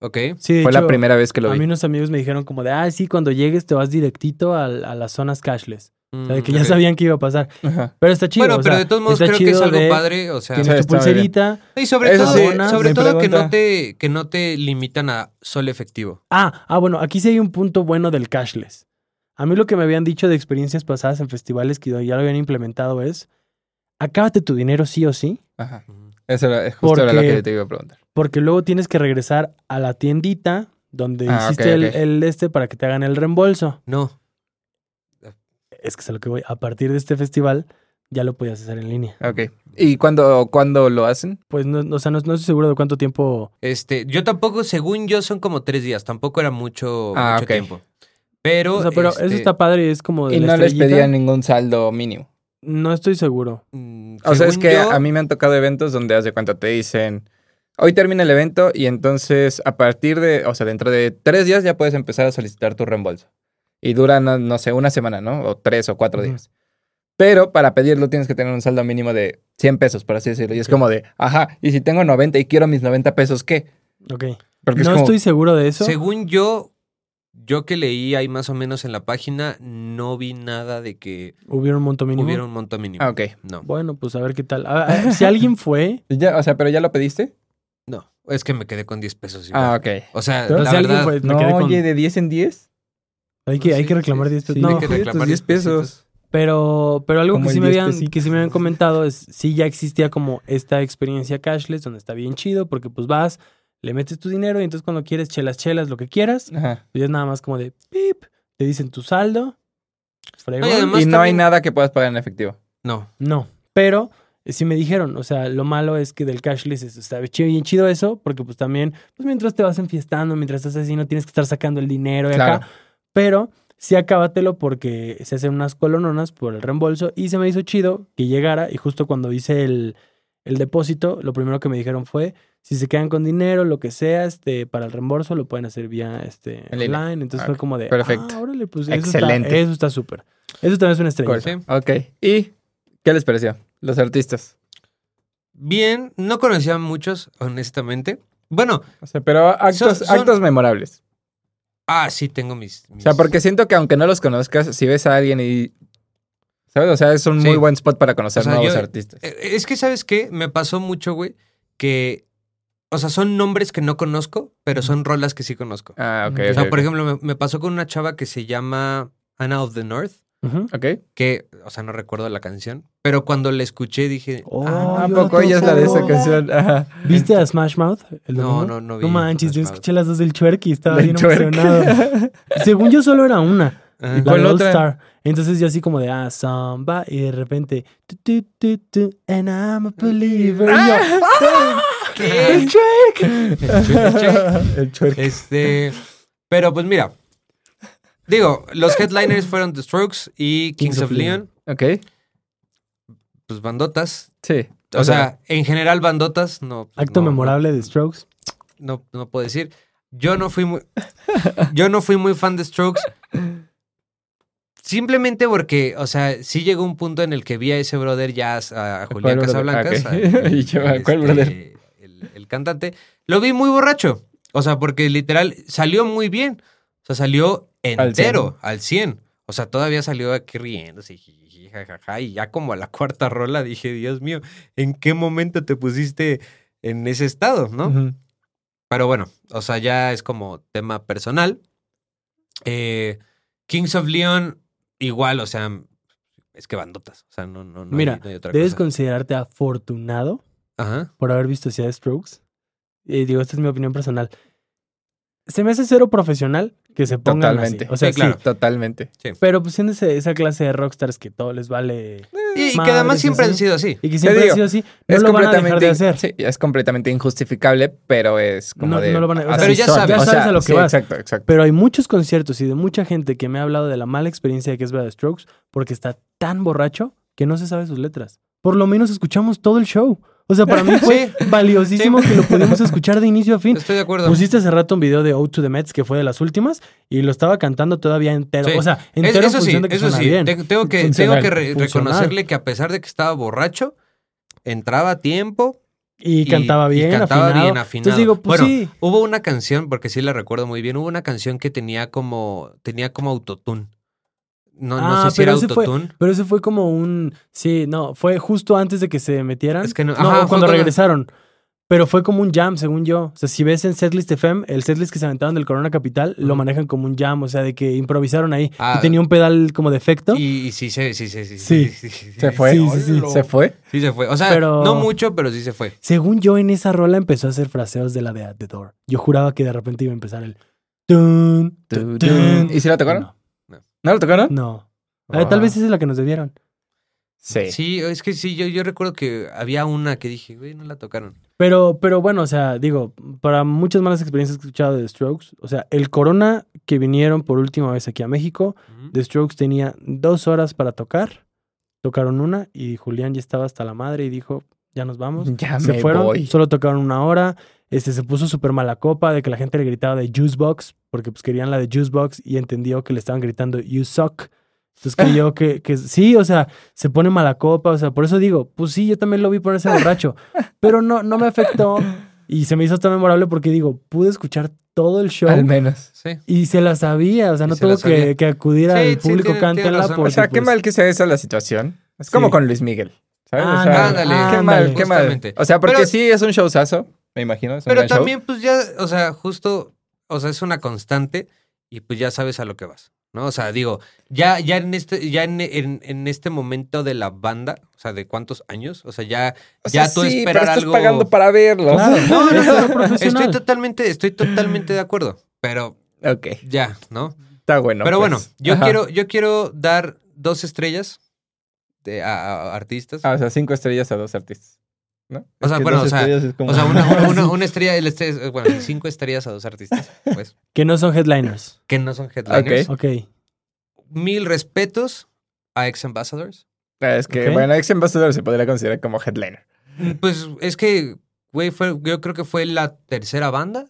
Speaker 1: Ok.
Speaker 3: sí, de
Speaker 2: fue la
Speaker 3: hecho,
Speaker 2: primera vez que lo
Speaker 3: A mí
Speaker 2: vi.
Speaker 3: unos amigos me dijeron como de, ah, sí, cuando llegues te vas directito a, a las zonas cashless. O sea, de que ya
Speaker 1: Mm, ok.
Speaker 3: sabían que iba a pasar.
Speaker 2: Ajá.
Speaker 3: Pero está chido.
Speaker 1: Bueno,
Speaker 3: o
Speaker 1: pero
Speaker 3: sea,
Speaker 1: de todos modos
Speaker 3: está
Speaker 1: creo que es
Speaker 3: chido
Speaker 1: algo
Speaker 3: de-
Speaker 1: padre. O sea,
Speaker 3: Tienes
Speaker 2: Sí,
Speaker 3: tu
Speaker 2: está muy bien.
Speaker 3: pulserita,
Speaker 1: y sobre
Speaker 2: Eso
Speaker 1: todo,
Speaker 2: sí,
Speaker 1: sobre
Speaker 2: mi
Speaker 1: todo que
Speaker 2: pregunta.
Speaker 1: no te, que no te limitan a solo efectivo.
Speaker 3: Ah, ah, bueno, aquí sí hay un punto bueno del cashless. A mí lo que me habían dicho de experiencias pasadas en festivales que ya lo habían implementado es, acábate tu dinero sí o sí,
Speaker 2: Ajá. Eso era, justo era
Speaker 3: Porque-
Speaker 2: lo que yo te iba a preguntar.
Speaker 3: porque luego tienes que regresar a la tiendita donde
Speaker 2: Ah,
Speaker 3: hiciste
Speaker 2: ok,
Speaker 3: el-
Speaker 2: ok.
Speaker 3: El, este para que te hagan el reembolso.
Speaker 1: No.
Speaker 3: Es que es a lo que voy. A partir de este festival ya lo podías hacer en línea.
Speaker 2: Ok. ¿Y cuándo, cuándo lo hacen?
Speaker 3: Pues no, no- o sea, no, no estoy seguro de cuánto tiempo.
Speaker 1: Este, yo tampoco, según yo, son como tres días. Tampoco era mucho,
Speaker 2: Ah,
Speaker 1: mucho
Speaker 2: ok.
Speaker 1: tiempo. Pero,
Speaker 3: O sea, pero
Speaker 1: este,
Speaker 3: eso está padre, es como de
Speaker 2: Y no
Speaker 3: la
Speaker 2: les
Speaker 3: estrellita.
Speaker 2: pedían ningún saldo mínimo.
Speaker 3: No estoy seguro.
Speaker 1: mm,
Speaker 2: O sea, es
Speaker 1: según
Speaker 2: que
Speaker 1: yo,
Speaker 2: a mí me han tocado eventos donde, haz de cuenta, te dicen, hoy termina el evento y entonces a partir de, o sea, dentro de tres días ya puedes empezar a solicitar tu reembolso. Y dura, no, no sé, una semana, ¿no? O tres o cuatro
Speaker 3: Ujú.
Speaker 2: días. Pero para pedirlo tienes que tener un saldo mínimo de 100 pesos, por así decirlo. Y es como de, ajá, y si tengo 90 y quiero mis 90 pesos, ¿qué?
Speaker 3: Ok.
Speaker 2: Porque es
Speaker 3: no
Speaker 2: como,
Speaker 3: estoy seguro de eso.
Speaker 1: Según yo, yo que leí ahí más o menos en la página, no vi nada de que
Speaker 3: Hubiera un monto mínimo.
Speaker 1: hubiera un monto mínimo.
Speaker 2: Ah, ok.
Speaker 1: No,
Speaker 3: Bueno, pues a ver qué tal. A- a- si alguien fue,
Speaker 2: Y ya, o sea, ¿pero ya lo pediste?
Speaker 1: no. Es que me quedé con 10 pesos. igual.
Speaker 2: Ah, ok.
Speaker 1: O sea,
Speaker 3: Pero
Speaker 1: la
Speaker 3: si alguien
Speaker 1: verdad,
Speaker 3: fue, me
Speaker 2: No,
Speaker 3: quedé con-
Speaker 2: oye, ¿de 10 en 10?
Speaker 3: hay que, hay que reclamar 10 pesos.
Speaker 2: sí,
Speaker 3: no,
Speaker 1: hay que
Speaker 2: tus
Speaker 1: reclamar
Speaker 2: 10 pesos.
Speaker 3: Pero, pero algo que
Speaker 2: Como el
Speaker 3: sí, me
Speaker 2: 10
Speaker 3: habían,
Speaker 2: pesitos.
Speaker 3: que sí me habían comentado es sí ya existía como esta experiencia cashless donde está bien chido porque pues vas, le metes tu dinero y entonces cuando quieres chelas, chelas, lo que quieras,
Speaker 2: Ajá.
Speaker 3: pues ya es nada más como de pip, te dicen tu saldo,
Speaker 1: No,
Speaker 3: fregón.
Speaker 1: y además-
Speaker 2: Y no hay
Speaker 1: también-
Speaker 2: nada que puedas pagar en efectivo.
Speaker 1: No.
Speaker 3: No, pero eh, sí me dijeron, o sea, lo malo es que del cashless es- está chido, bien chido eso porque pues también, pues mientras te vas enfiestando, mientras estás así no tienes que estar sacando el dinero y acá,
Speaker 2: Claro.
Speaker 3: pero sí acábatelo porque se hacen unas colononas por el reembolso y se me hizo chido que llegara y justo cuando hice el, el depósito, lo primero que me dijeron fue, si se quedan con dinero, lo que sea, este, para el reembolso lo pueden hacer vía este,
Speaker 2: En
Speaker 3: online.
Speaker 2: línea.
Speaker 3: Entonces
Speaker 2: Ok,
Speaker 3: fue como de,
Speaker 2: perfecto.
Speaker 3: ah, órale, pues
Speaker 2: Excelente.
Speaker 3: eso está- eso está súper. Eso también es una estrella.
Speaker 2: Cool. Ok. ¿Y qué les pareció? Los artistas.
Speaker 1: Bien, no conocía a muchos, honestamente. Bueno,
Speaker 2: O sea, pero
Speaker 1: Son-
Speaker 2: actos,
Speaker 1: son-
Speaker 2: actos memorables.
Speaker 1: ah, sí, tengo mis.
Speaker 2: O sea,
Speaker 1: mis-
Speaker 2: porque siento que aunque no los conozcas, si ves a alguien y. ¿Sabes? O sea, es un
Speaker 1: Sí.
Speaker 2: muy buen spot para conocer
Speaker 1: O sea,
Speaker 2: nuevos
Speaker 1: yo-
Speaker 2: artistas.
Speaker 1: Eh, Es que, ¿sabes qué? Me pasó mucho, güey, que. O sea, son nombres que no conozco, pero son rolas que sí conozco.
Speaker 2: Ah, ok.
Speaker 3: O
Speaker 1: o sea,
Speaker 2: ok,
Speaker 1: por
Speaker 2: ok.
Speaker 1: ejemplo, me, me pasó con una chava que se llama Anna of the North,
Speaker 3: Ujú.
Speaker 2: Ok.
Speaker 1: que, o sea, no recuerdo la canción, pero cuando la escuché dije,
Speaker 3: Oh,
Speaker 1: "Ah,
Speaker 2: Ah, ¿A
Speaker 3: yo
Speaker 2: poco
Speaker 3: no
Speaker 2: ella es la de esa
Speaker 3: tampoco.
Speaker 2: canción? Ajá.
Speaker 3: ¿Viste a Smash Mouth? el
Speaker 1: No,
Speaker 3: domingo?
Speaker 1: no, no vi
Speaker 3: No manches,
Speaker 1: Smash
Speaker 3: yo
Speaker 1: Mouth.
Speaker 3: escuché las dos del Chuerk y estaba
Speaker 2: La
Speaker 3: bien
Speaker 2: Twerk.
Speaker 3: emocionado. Según yo solo era una,
Speaker 1: ah".
Speaker 3: la
Speaker 2: cuál
Speaker 3: de All
Speaker 2: otra?
Speaker 3: Star. Entonces yo así como de, ah, samba, y de repente, tu, tu, tu, tu, and I'm a believer. Y yo, "Ah,
Speaker 1: ¿Qué?
Speaker 3: ¡El Twerk!
Speaker 2: El chuerco.
Speaker 1: Este, pero pues mira, digo, los headliners fueron The Strokes y Kings, of, Leon,
Speaker 2: Ok.
Speaker 1: pues bandotas.
Speaker 2: Sí.
Speaker 1: O, sea, en general bandotas, no. pues,
Speaker 3: Acto
Speaker 1: no,
Speaker 3: memorable de Strokes.
Speaker 1: No, no, no puedo decir. Yo no fui muy, yo no fui muy fan de Strokes. Simplemente porque, o sea, sí llegó un punto en el que vi a ese brother ya a, a Julián
Speaker 2: brother?
Speaker 1: Casablancas.
Speaker 2: Ah, ok.
Speaker 1: a- el-
Speaker 2: Y yo, ¿a cuál brother?
Speaker 1: El, el cantante. Lo vi muy borracho. O sea, porque literal salió muy bien. O sea, salió
Speaker 2: Al cien.
Speaker 1: entero, al 100. O sea, todavía salió aquí riéndose, jijiji, jajaja, y ya como a la cuarta rola dije, Dios mío, ¿en qué momento te pusiste en ese estado, no?
Speaker 2: Ujú.
Speaker 1: Pero bueno, o sea, ya es como tema personal. Eh, Kings of Leon, igual, o sea, es que bandotas. O sea, no, no, no, hay-
Speaker 3: Mira,
Speaker 1: no hay otra
Speaker 3: Debes
Speaker 1: cosa.
Speaker 3: considerarte afortunado
Speaker 1: Ajá.
Speaker 3: por haber visto Ciudad Strokes. Eh, digo, esta es mi opinión personal. Se me hace cero profesional que se pongan
Speaker 2: Totalmente.
Speaker 3: así. O sea,
Speaker 1: Sí, claro.
Speaker 2: Totalmente.
Speaker 3: Pero pues siendo ese- esa clase de rockstars que todo les vale
Speaker 1: Y, y que
Speaker 3: madres,
Speaker 1: además siempre
Speaker 3: así.
Speaker 1: han sido así.
Speaker 3: y que siempre
Speaker 2: digo,
Speaker 3: ha sido así, no lo van a dejar de hacer.
Speaker 2: sí, es completamente injustificable, pero es como
Speaker 3: No-
Speaker 2: de.
Speaker 3: no lo van a- o sea,
Speaker 2: así
Speaker 1: Pero ya
Speaker 2: son.
Speaker 1: sabes.
Speaker 2: O
Speaker 1: ya
Speaker 2: sea,
Speaker 3: sabes a lo que
Speaker 2: sí,
Speaker 3: vas.
Speaker 2: Exacto, exacto.
Speaker 3: Pero hay muchos conciertos y de mucha gente que me ha hablado de la mala experiencia que es ver a Strokes porque está tan borracho que no se sabe sus letras. Por lo menos escuchamos todo el show. O sea, para mí fue valiosísimo que lo pudimos escuchar de inicio a fin.
Speaker 1: Estoy de acuerdo.
Speaker 3: Pusiste hace rato un video de Out to the Mets que fue de las últimas y lo estaba cantando todavía entero.
Speaker 1: Sí.
Speaker 3: O sea,
Speaker 1: Es-
Speaker 3: entero en
Speaker 1: eso sí,
Speaker 3: función de que
Speaker 1: eso
Speaker 3: suena
Speaker 1: sí.
Speaker 3: bien.
Speaker 1: Te- Tengo que, tengo
Speaker 2: Funcional.
Speaker 1: que re-
Speaker 3: Funcional.
Speaker 1: reconocerle que a pesar de que estaba borracho, entraba a tiempo.
Speaker 3: Y cantaba bien,
Speaker 1: y cantaba
Speaker 3: afinado.
Speaker 1: bien afinado.
Speaker 3: Entonces digo, pues
Speaker 1: bueno,
Speaker 3: sí.
Speaker 1: hubo una canción, porque sí la recuerdo muy bien, hubo una canción que tenía como, tenía como autotune. No, no
Speaker 3: Ah,
Speaker 1: sé si era
Speaker 3: pero ese fue-
Speaker 1: autotune.
Speaker 3: Pero ese fue como un. Sí, no, fue justo antes de que se metieran.
Speaker 1: Es que no-
Speaker 3: no,
Speaker 1: ajá, fue
Speaker 3: cuando
Speaker 1: cuando-
Speaker 3: regresaron. Pero fue como un jam, según yo. O sea, si ves en Setlist FM, el setlist que se aventaron del Corona Capital, lo
Speaker 1: Ujú.
Speaker 3: manejan como un jam, o sea, de que improvisaron ahí.
Speaker 1: Ah.
Speaker 3: y tenía un pedal como defecto.
Speaker 1: Y, y sí, se- sí, sí, sí,
Speaker 3: Sí.
Speaker 2: Se fue.
Speaker 3: Sí, sí, sí.
Speaker 2: Se fue.
Speaker 1: Sí se fue. O sea,
Speaker 3: Pero-
Speaker 1: no mucho, pero sí se fue.
Speaker 3: Según yo, en esa rola empezó a hacer fraseos de la de At The Door. Yo juraba que de repente iba a empezar el Dun,
Speaker 2: Tu, dun.
Speaker 3: dun, dun.
Speaker 2: ¿Y si la tocaron? ¿No la tocaron?
Speaker 3: No. Eh,
Speaker 1: Ah,
Speaker 3: tal vez esa es la que nos debieron.
Speaker 2: Sí.
Speaker 1: Sí, es que sí, yo, yo recuerdo que había una que dije, güey, no la tocaron.
Speaker 3: Pero, pero bueno, o sea, digo, para muchas malas experiencias que he escuchado de The Strokes, o sea, el Corona que vinieron por última vez aquí a México,
Speaker 1: Ujú.
Speaker 3: The Strokes tenía dos horas para tocar, tocaron una y Julián ya estaba hasta la madre y dijo, ya nos vamos.
Speaker 1: Ah,
Speaker 2: Ya
Speaker 3: se
Speaker 2: me
Speaker 3: fueron,
Speaker 2: voy.
Speaker 3: solo tocaron una hora, este, se puso súper mala copa de que la gente le gritaba de Juicebox, porque pues querían la de Juicebox y entendió que le estaban gritando You suck. Entonces creyó que, que sí, o sea, se pone mala copa, o sea, por eso digo, pues sí, yo también lo vi ponerse borracho, pero no, no me afectó y se me hizo tan memorable porque digo, pude escuchar todo el show
Speaker 2: Al menos.
Speaker 1: Sí.
Speaker 3: y se la sabía, o sea,
Speaker 1: Y
Speaker 3: no
Speaker 1: se la
Speaker 3: tuvo que,
Speaker 1: sabía.
Speaker 3: que acudir
Speaker 1: Sí, sí,
Speaker 3: al
Speaker 1: tiene-
Speaker 3: público
Speaker 1: tiene
Speaker 3: cántela
Speaker 1: razón.
Speaker 3: porque,
Speaker 2: O sea, qué
Speaker 3: pues,
Speaker 2: mal que sea esa la situación. Es como
Speaker 3: Sí.
Speaker 2: con Luis Miguel. ¿sabes? O sea,
Speaker 1: Ándale,
Speaker 2: Qué mal,
Speaker 3: ándale.
Speaker 2: qué mal.
Speaker 1: Justamente.
Speaker 2: O sea, porque
Speaker 1: Pero-
Speaker 2: sí es un showzazo, me imagino. es un
Speaker 1: Pero
Speaker 2: gran show.
Speaker 1: también, pues ya, o sea, justo, o sea, es una constante y pues ya sabes a lo que vas, ¿no? O sea, digo, ya, ya en este, ya en, en- en este momento de la banda, o sea, de cuántos años, o sea, ya,
Speaker 2: O sea,
Speaker 1: ya tú
Speaker 2: sí,
Speaker 1: esperar
Speaker 2: pero estás
Speaker 1: algo-
Speaker 2: pagando para verlo.
Speaker 3: Claro,
Speaker 1: No, no,
Speaker 3: es
Speaker 1: no,
Speaker 3: algo
Speaker 2: Pues,
Speaker 3: profesional.
Speaker 1: estoy totalmente, estoy totalmente de acuerdo, pero
Speaker 2: Ok,
Speaker 1: ya, ¿no?
Speaker 2: está bueno.
Speaker 1: pero
Speaker 2: pues.
Speaker 1: bueno, yo
Speaker 2: Ajá.
Speaker 1: quiero, yo quiero dar dos estrellas de, a, a artistas.
Speaker 2: Ah, o sea, cinco estrellas a dos artistas. ¿no?
Speaker 1: O sea,
Speaker 2: que
Speaker 1: bueno,
Speaker 2: dos
Speaker 1: o sea,
Speaker 2: estrellas es como-
Speaker 1: o sea, una, una- una- una estrella, el estrella- bueno, cinco estrellas a dos artistas, pues,
Speaker 3: que no son headliners.
Speaker 1: que no son headliners.
Speaker 3: Ok.
Speaker 1: mil respetos a ex ambassadors.
Speaker 2: Ah, Es que,
Speaker 3: Ok.
Speaker 2: bueno, Ex Ambassador se podría considerar como headliner.
Speaker 1: Pues es que, güey, fue, yo creo que fue la tercera banda.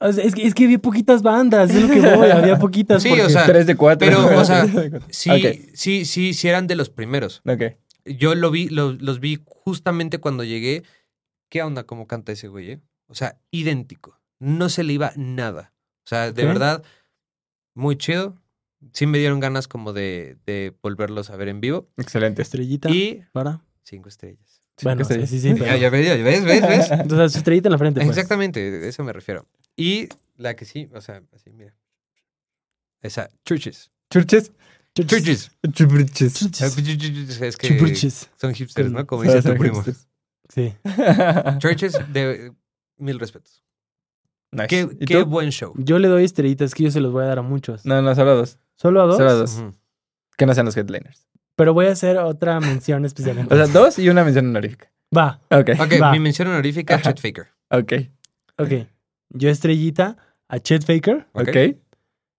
Speaker 3: O sea, es, que, es que había poquitas bandas, es lo que voy, había poquitas.
Speaker 1: Sí,
Speaker 3: porque-
Speaker 1: o sea,
Speaker 2: Tres de cuatro.
Speaker 1: pero, o sea, Sí,
Speaker 2: Ok.
Speaker 1: sí, sí, sí eran de los primeros.
Speaker 2: Ok.
Speaker 1: Yo lo vi, lo- los vi justamente cuando llegué. ¿Qué onda cómo canta ese güey? eh? O sea, idéntico. No se le iba nada. O sea, de
Speaker 3: Ok.
Speaker 1: verdad, muy chido. Sí me dieron ganas como de, de volverlos a ver en vivo.
Speaker 2: Excelente.
Speaker 3: estrellita
Speaker 1: Y
Speaker 3: para.
Speaker 1: cinco estrellas.
Speaker 2: Cinco
Speaker 3: Bueno, o sea,
Speaker 2: estrellas.
Speaker 3: sí, sí.
Speaker 1: Ya,
Speaker 3: pero-
Speaker 1: ya ves, ya ves, ves, ves.
Speaker 3: Entonces, estrellita en la frente. Pues.
Speaker 1: Exactamente, de eso me refiero. Y la que sí, o sea, así, mira. Esa, churches.
Speaker 2: Churches.
Speaker 1: Churches.
Speaker 2: Churches.
Speaker 3: Chuches,
Speaker 1: Es que
Speaker 3: chupuches.
Speaker 1: son hipsters, ¿no? Como
Speaker 2: O sea,
Speaker 1: dice tu
Speaker 2: son
Speaker 1: primo.
Speaker 2: hipsters.
Speaker 3: Sí.
Speaker 1: Churches, de mil respetos.
Speaker 2: Nice.
Speaker 1: Qué,
Speaker 2: ¿Y
Speaker 1: qué
Speaker 2: tú?
Speaker 1: buen show.
Speaker 3: Yo le doy estrellitas que yo se los voy a dar a muchos.
Speaker 2: No, no, solo dos.
Speaker 3: Solo a dos.
Speaker 2: Solo dos.
Speaker 1: Ujú.
Speaker 2: Que no sean los headliners.
Speaker 3: Pero voy a hacer otra mención especial.
Speaker 2: O sea, dos y una mención honorífica.
Speaker 3: Va,
Speaker 2: Ok,
Speaker 1: Ok,
Speaker 3: Va.
Speaker 1: mi mención honorífica,
Speaker 2: Ajá.
Speaker 1: Chet Faker.
Speaker 2: ok,
Speaker 3: ok. Yo estrellita a Chet Faker,
Speaker 1: Ok.
Speaker 2: ok.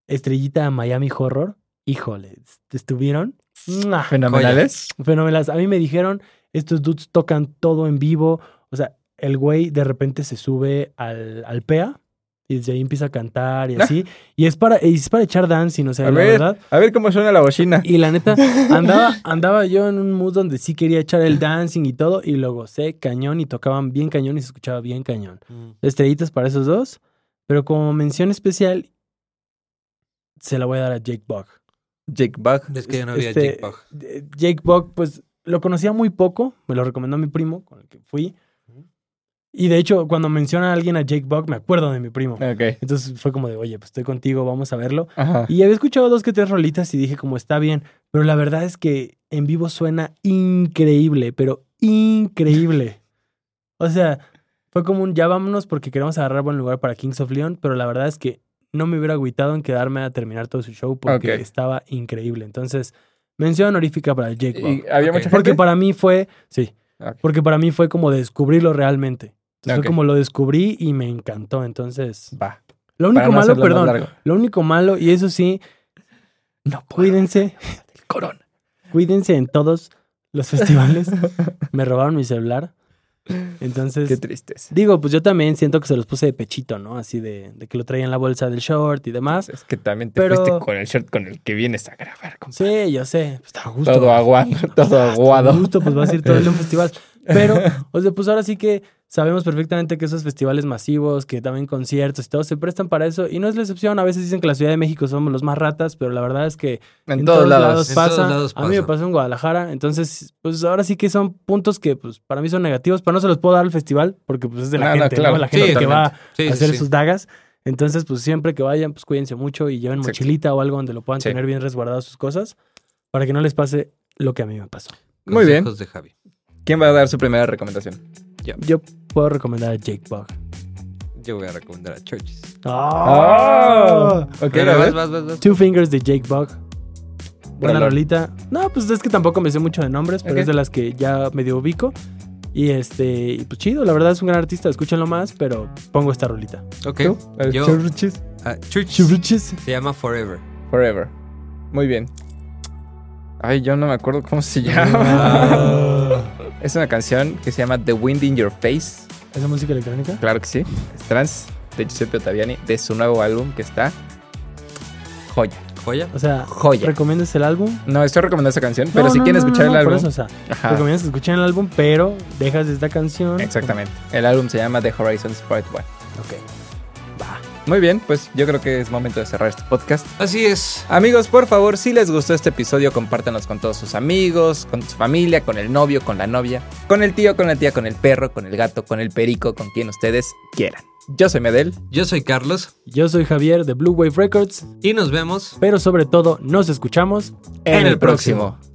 Speaker 3: estrellita a Miami Horror. Híjole, est- estuvieron ¡mua!
Speaker 2: Fenomenales.
Speaker 3: fenomenales. A mí me dijeron, estos dudes tocan todo en vivo. O sea, el güey de repente se sube al, al PEA y desde ahí empieza a cantar y así. y es para, y es para echar dancing, o sea,
Speaker 2: A
Speaker 3: la
Speaker 2: ver,
Speaker 3: verdad.
Speaker 2: a ver cómo suena la bocina.
Speaker 3: Y la neta, andaba, andaba yo en un mood donde sí quería echar el dancing y todo, y lo gocé cañón y tocaban bien cañón y se escuchaba bien cañón.
Speaker 1: Mm.
Speaker 3: Estrellitas para esos dos, pero como mención especial, se la voy a dar a Jake Bug.
Speaker 2: Jake Bug.
Speaker 1: Es que yo no vi a
Speaker 3: Este,
Speaker 1: Jake Bug.
Speaker 3: eh, Jake Buck, pues lo conocía muy poco, me lo recomendó mi primo con el que fui.
Speaker 1: Ujú.
Speaker 3: Y de hecho, cuando menciona a alguien a Jake Buck, me acuerdo de mi primo.
Speaker 2: Ok.
Speaker 3: Entonces fue como de, oye, pues estoy contigo, vamos a verlo.
Speaker 2: Ajá.
Speaker 3: Y había escuchado dos que tres rolitas y dije, como está bien, pero la verdad es que en vivo suena increíble, pero increíble. O sea, fue como un ya vámonos porque queremos agarrar buen lugar para Kings of Leon, pero la verdad es que no me hubiera agüitado en quedarme a terminar todo su show porque
Speaker 2: Ok.
Speaker 3: estaba increíble. Entonces, mención honorífica para Jake Bug.
Speaker 2: ¿Y había
Speaker 1: Ok.
Speaker 2: mucha gente?
Speaker 3: Porque para mí fue, sí,
Speaker 2: Ok.
Speaker 3: porque para mí fue como descubrirlo realmente. Entonces
Speaker 2: Ok.
Speaker 3: fue como lo descubrí y me encantó. Entonces,
Speaker 2: Va. Para
Speaker 3: lo único
Speaker 2: no
Speaker 3: malo,
Speaker 2: hacerlo más
Speaker 3: perdón,
Speaker 2: largo.
Speaker 3: lo único malo, y eso sí, no cuídense,
Speaker 2: El corona.
Speaker 3: cuídense en todos los festivales. Me robaron mi celular. Entonces,
Speaker 2: Qué tristeza.
Speaker 3: digo, pues yo también siento que se los puse de pechito, ¿no? Así de, de que lo traía en la bolsa del short y demás.
Speaker 2: Es que también te
Speaker 3: Pero-
Speaker 2: fuiste con el shirt con el que vienes a grabar. compa.
Speaker 3: Sí, yo sé, pues, está a gusto.
Speaker 2: Todo aguado, todo aguado.
Speaker 3: Justo, pues vas a ir todo el día a un festival. Pero, o sea, pues ahora sí que sabemos perfectamente que esos festivales masivos, que también conciertos y todo, se prestan para eso. Y no es la excepción. A veces dicen que la Ciudad de México somos los más ratas, pero la verdad es que
Speaker 2: En, todos, lados.
Speaker 1: En
Speaker 3: pasa.
Speaker 1: todos lados
Speaker 3: A mí me
Speaker 1: pasa.
Speaker 3: pasó en Guadalajara. Entonces, pues ahora sí que son puntos que pues para mí son negativos, pero no se los puedo dar al festival porque pues es de la
Speaker 2: No, no,
Speaker 3: gente, ¿no?
Speaker 2: claro.
Speaker 3: La gente
Speaker 1: Sí,
Speaker 3: que va a
Speaker 1: Sí, sí,
Speaker 3: hacer
Speaker 1: sí.
Speaker 3: sus dagas. Entonces, pues siempre que vayan, pues cuídense mucho y lleven
Speaker 2: Exacto.
Speaker 3: mochilita o algo donde lo puedan
Speaker 2: Sí.
Speaker 3: tener bien resguardadas sus cosas para que no les pase lo que a mí me pasó.
Speaker 2: Muy bien.
Speaker 1: Consejos de Javi.
Speaker 2: ¿Quién va a dar su primera recomendación?
Speaker 3: Yo puedo recomendar a Jake Bug.
Speaker 1: Yo voy a recomendar a Churches.
Speaker 3: ¡Ah!
Speaker 2: Ok,
Speaker 1: Pero
Speaker 2: a ver.
Speaker 1: vas, vas, vas, vas.
Speaker 3: Two Fingers de Jake Bug. Buena
Speaker 2: Rolón.
Speaker 3: rolita. No, pues es que tampoco me sé mucho de nombres, pero
Speaker 2: Ok.
Speaker 3: es de las que ya medio ubico. Y este, y pues chido, la verdad es un gran artista, escúchenlo más, pero pongo esta rolita.
Speaker 1: Ok.
Speaker 2: ¿Tú? A ver,
Speaker 1: Yo-
Speaker 2: Churches
Speaker 1: Ah, Churches
Speaker 3: Churches.
Speaker 1: se llama Forever.
Speaker 2: Forever. Muy bien. Ay, yo no me acuerdo cómo se llama.
Speaker 3: Ah.
Speaker 2: es una canción que se llama The Wind in Your Face.
Speaker 3: ¿Esa música electrónica?
Speaker 2: Claro que sí. Es trans de Giuseppe Ottaviani, de su nuevo álbum que está joya.
Speaker 1: Joya.
Speaker 3: O sea,
Speaker 2: Joya.
Speaker 3: ¿recomiendas el álbum?
Speaker 2: No, estoy recomendando esa canción, pero
Speaker 3: No,
Speaker 2: si
Speaker 3: no,
Speaker 2: quieren
Speaker 3: no, no,
Speaker 2: escuchar
Speaker 3: no,
Speaker 2: el
Speaker 3: Por
Speaker 2: álbum.
Speaker 3: eso, o sea,
Speaker 2: Ajá.
Speaker 3: recomiendas que escuchen el álbum, pero dejas esta canción.
Speaker 2: Exactamente. El álbum se llama The Horizons Part 1.
Speaker 3: Ok.
Speaker 2: Muy bien, pues yo creo que es momento de cerrar este podcast.
Speaker 1: Así es.
Speaker 2: Amigos, por favor, si les gustó este episodio, compártanos con todos sus amigos, con su familia, con el novio, con la novia, con el tío, con la tía, con el perro, con el gato, con el perico, con quien ustedes quieran. Yo soy Medel.
Speaker 1: Yo soy Carlos
Speaker 3: Yo soy Javier de Blue Wave Records,
Speaker 1: y nos vemos
Speaker 3: pero sobre todo nos escuchamos
Speaker 1: En el próximo.
Speaker 2: próximo.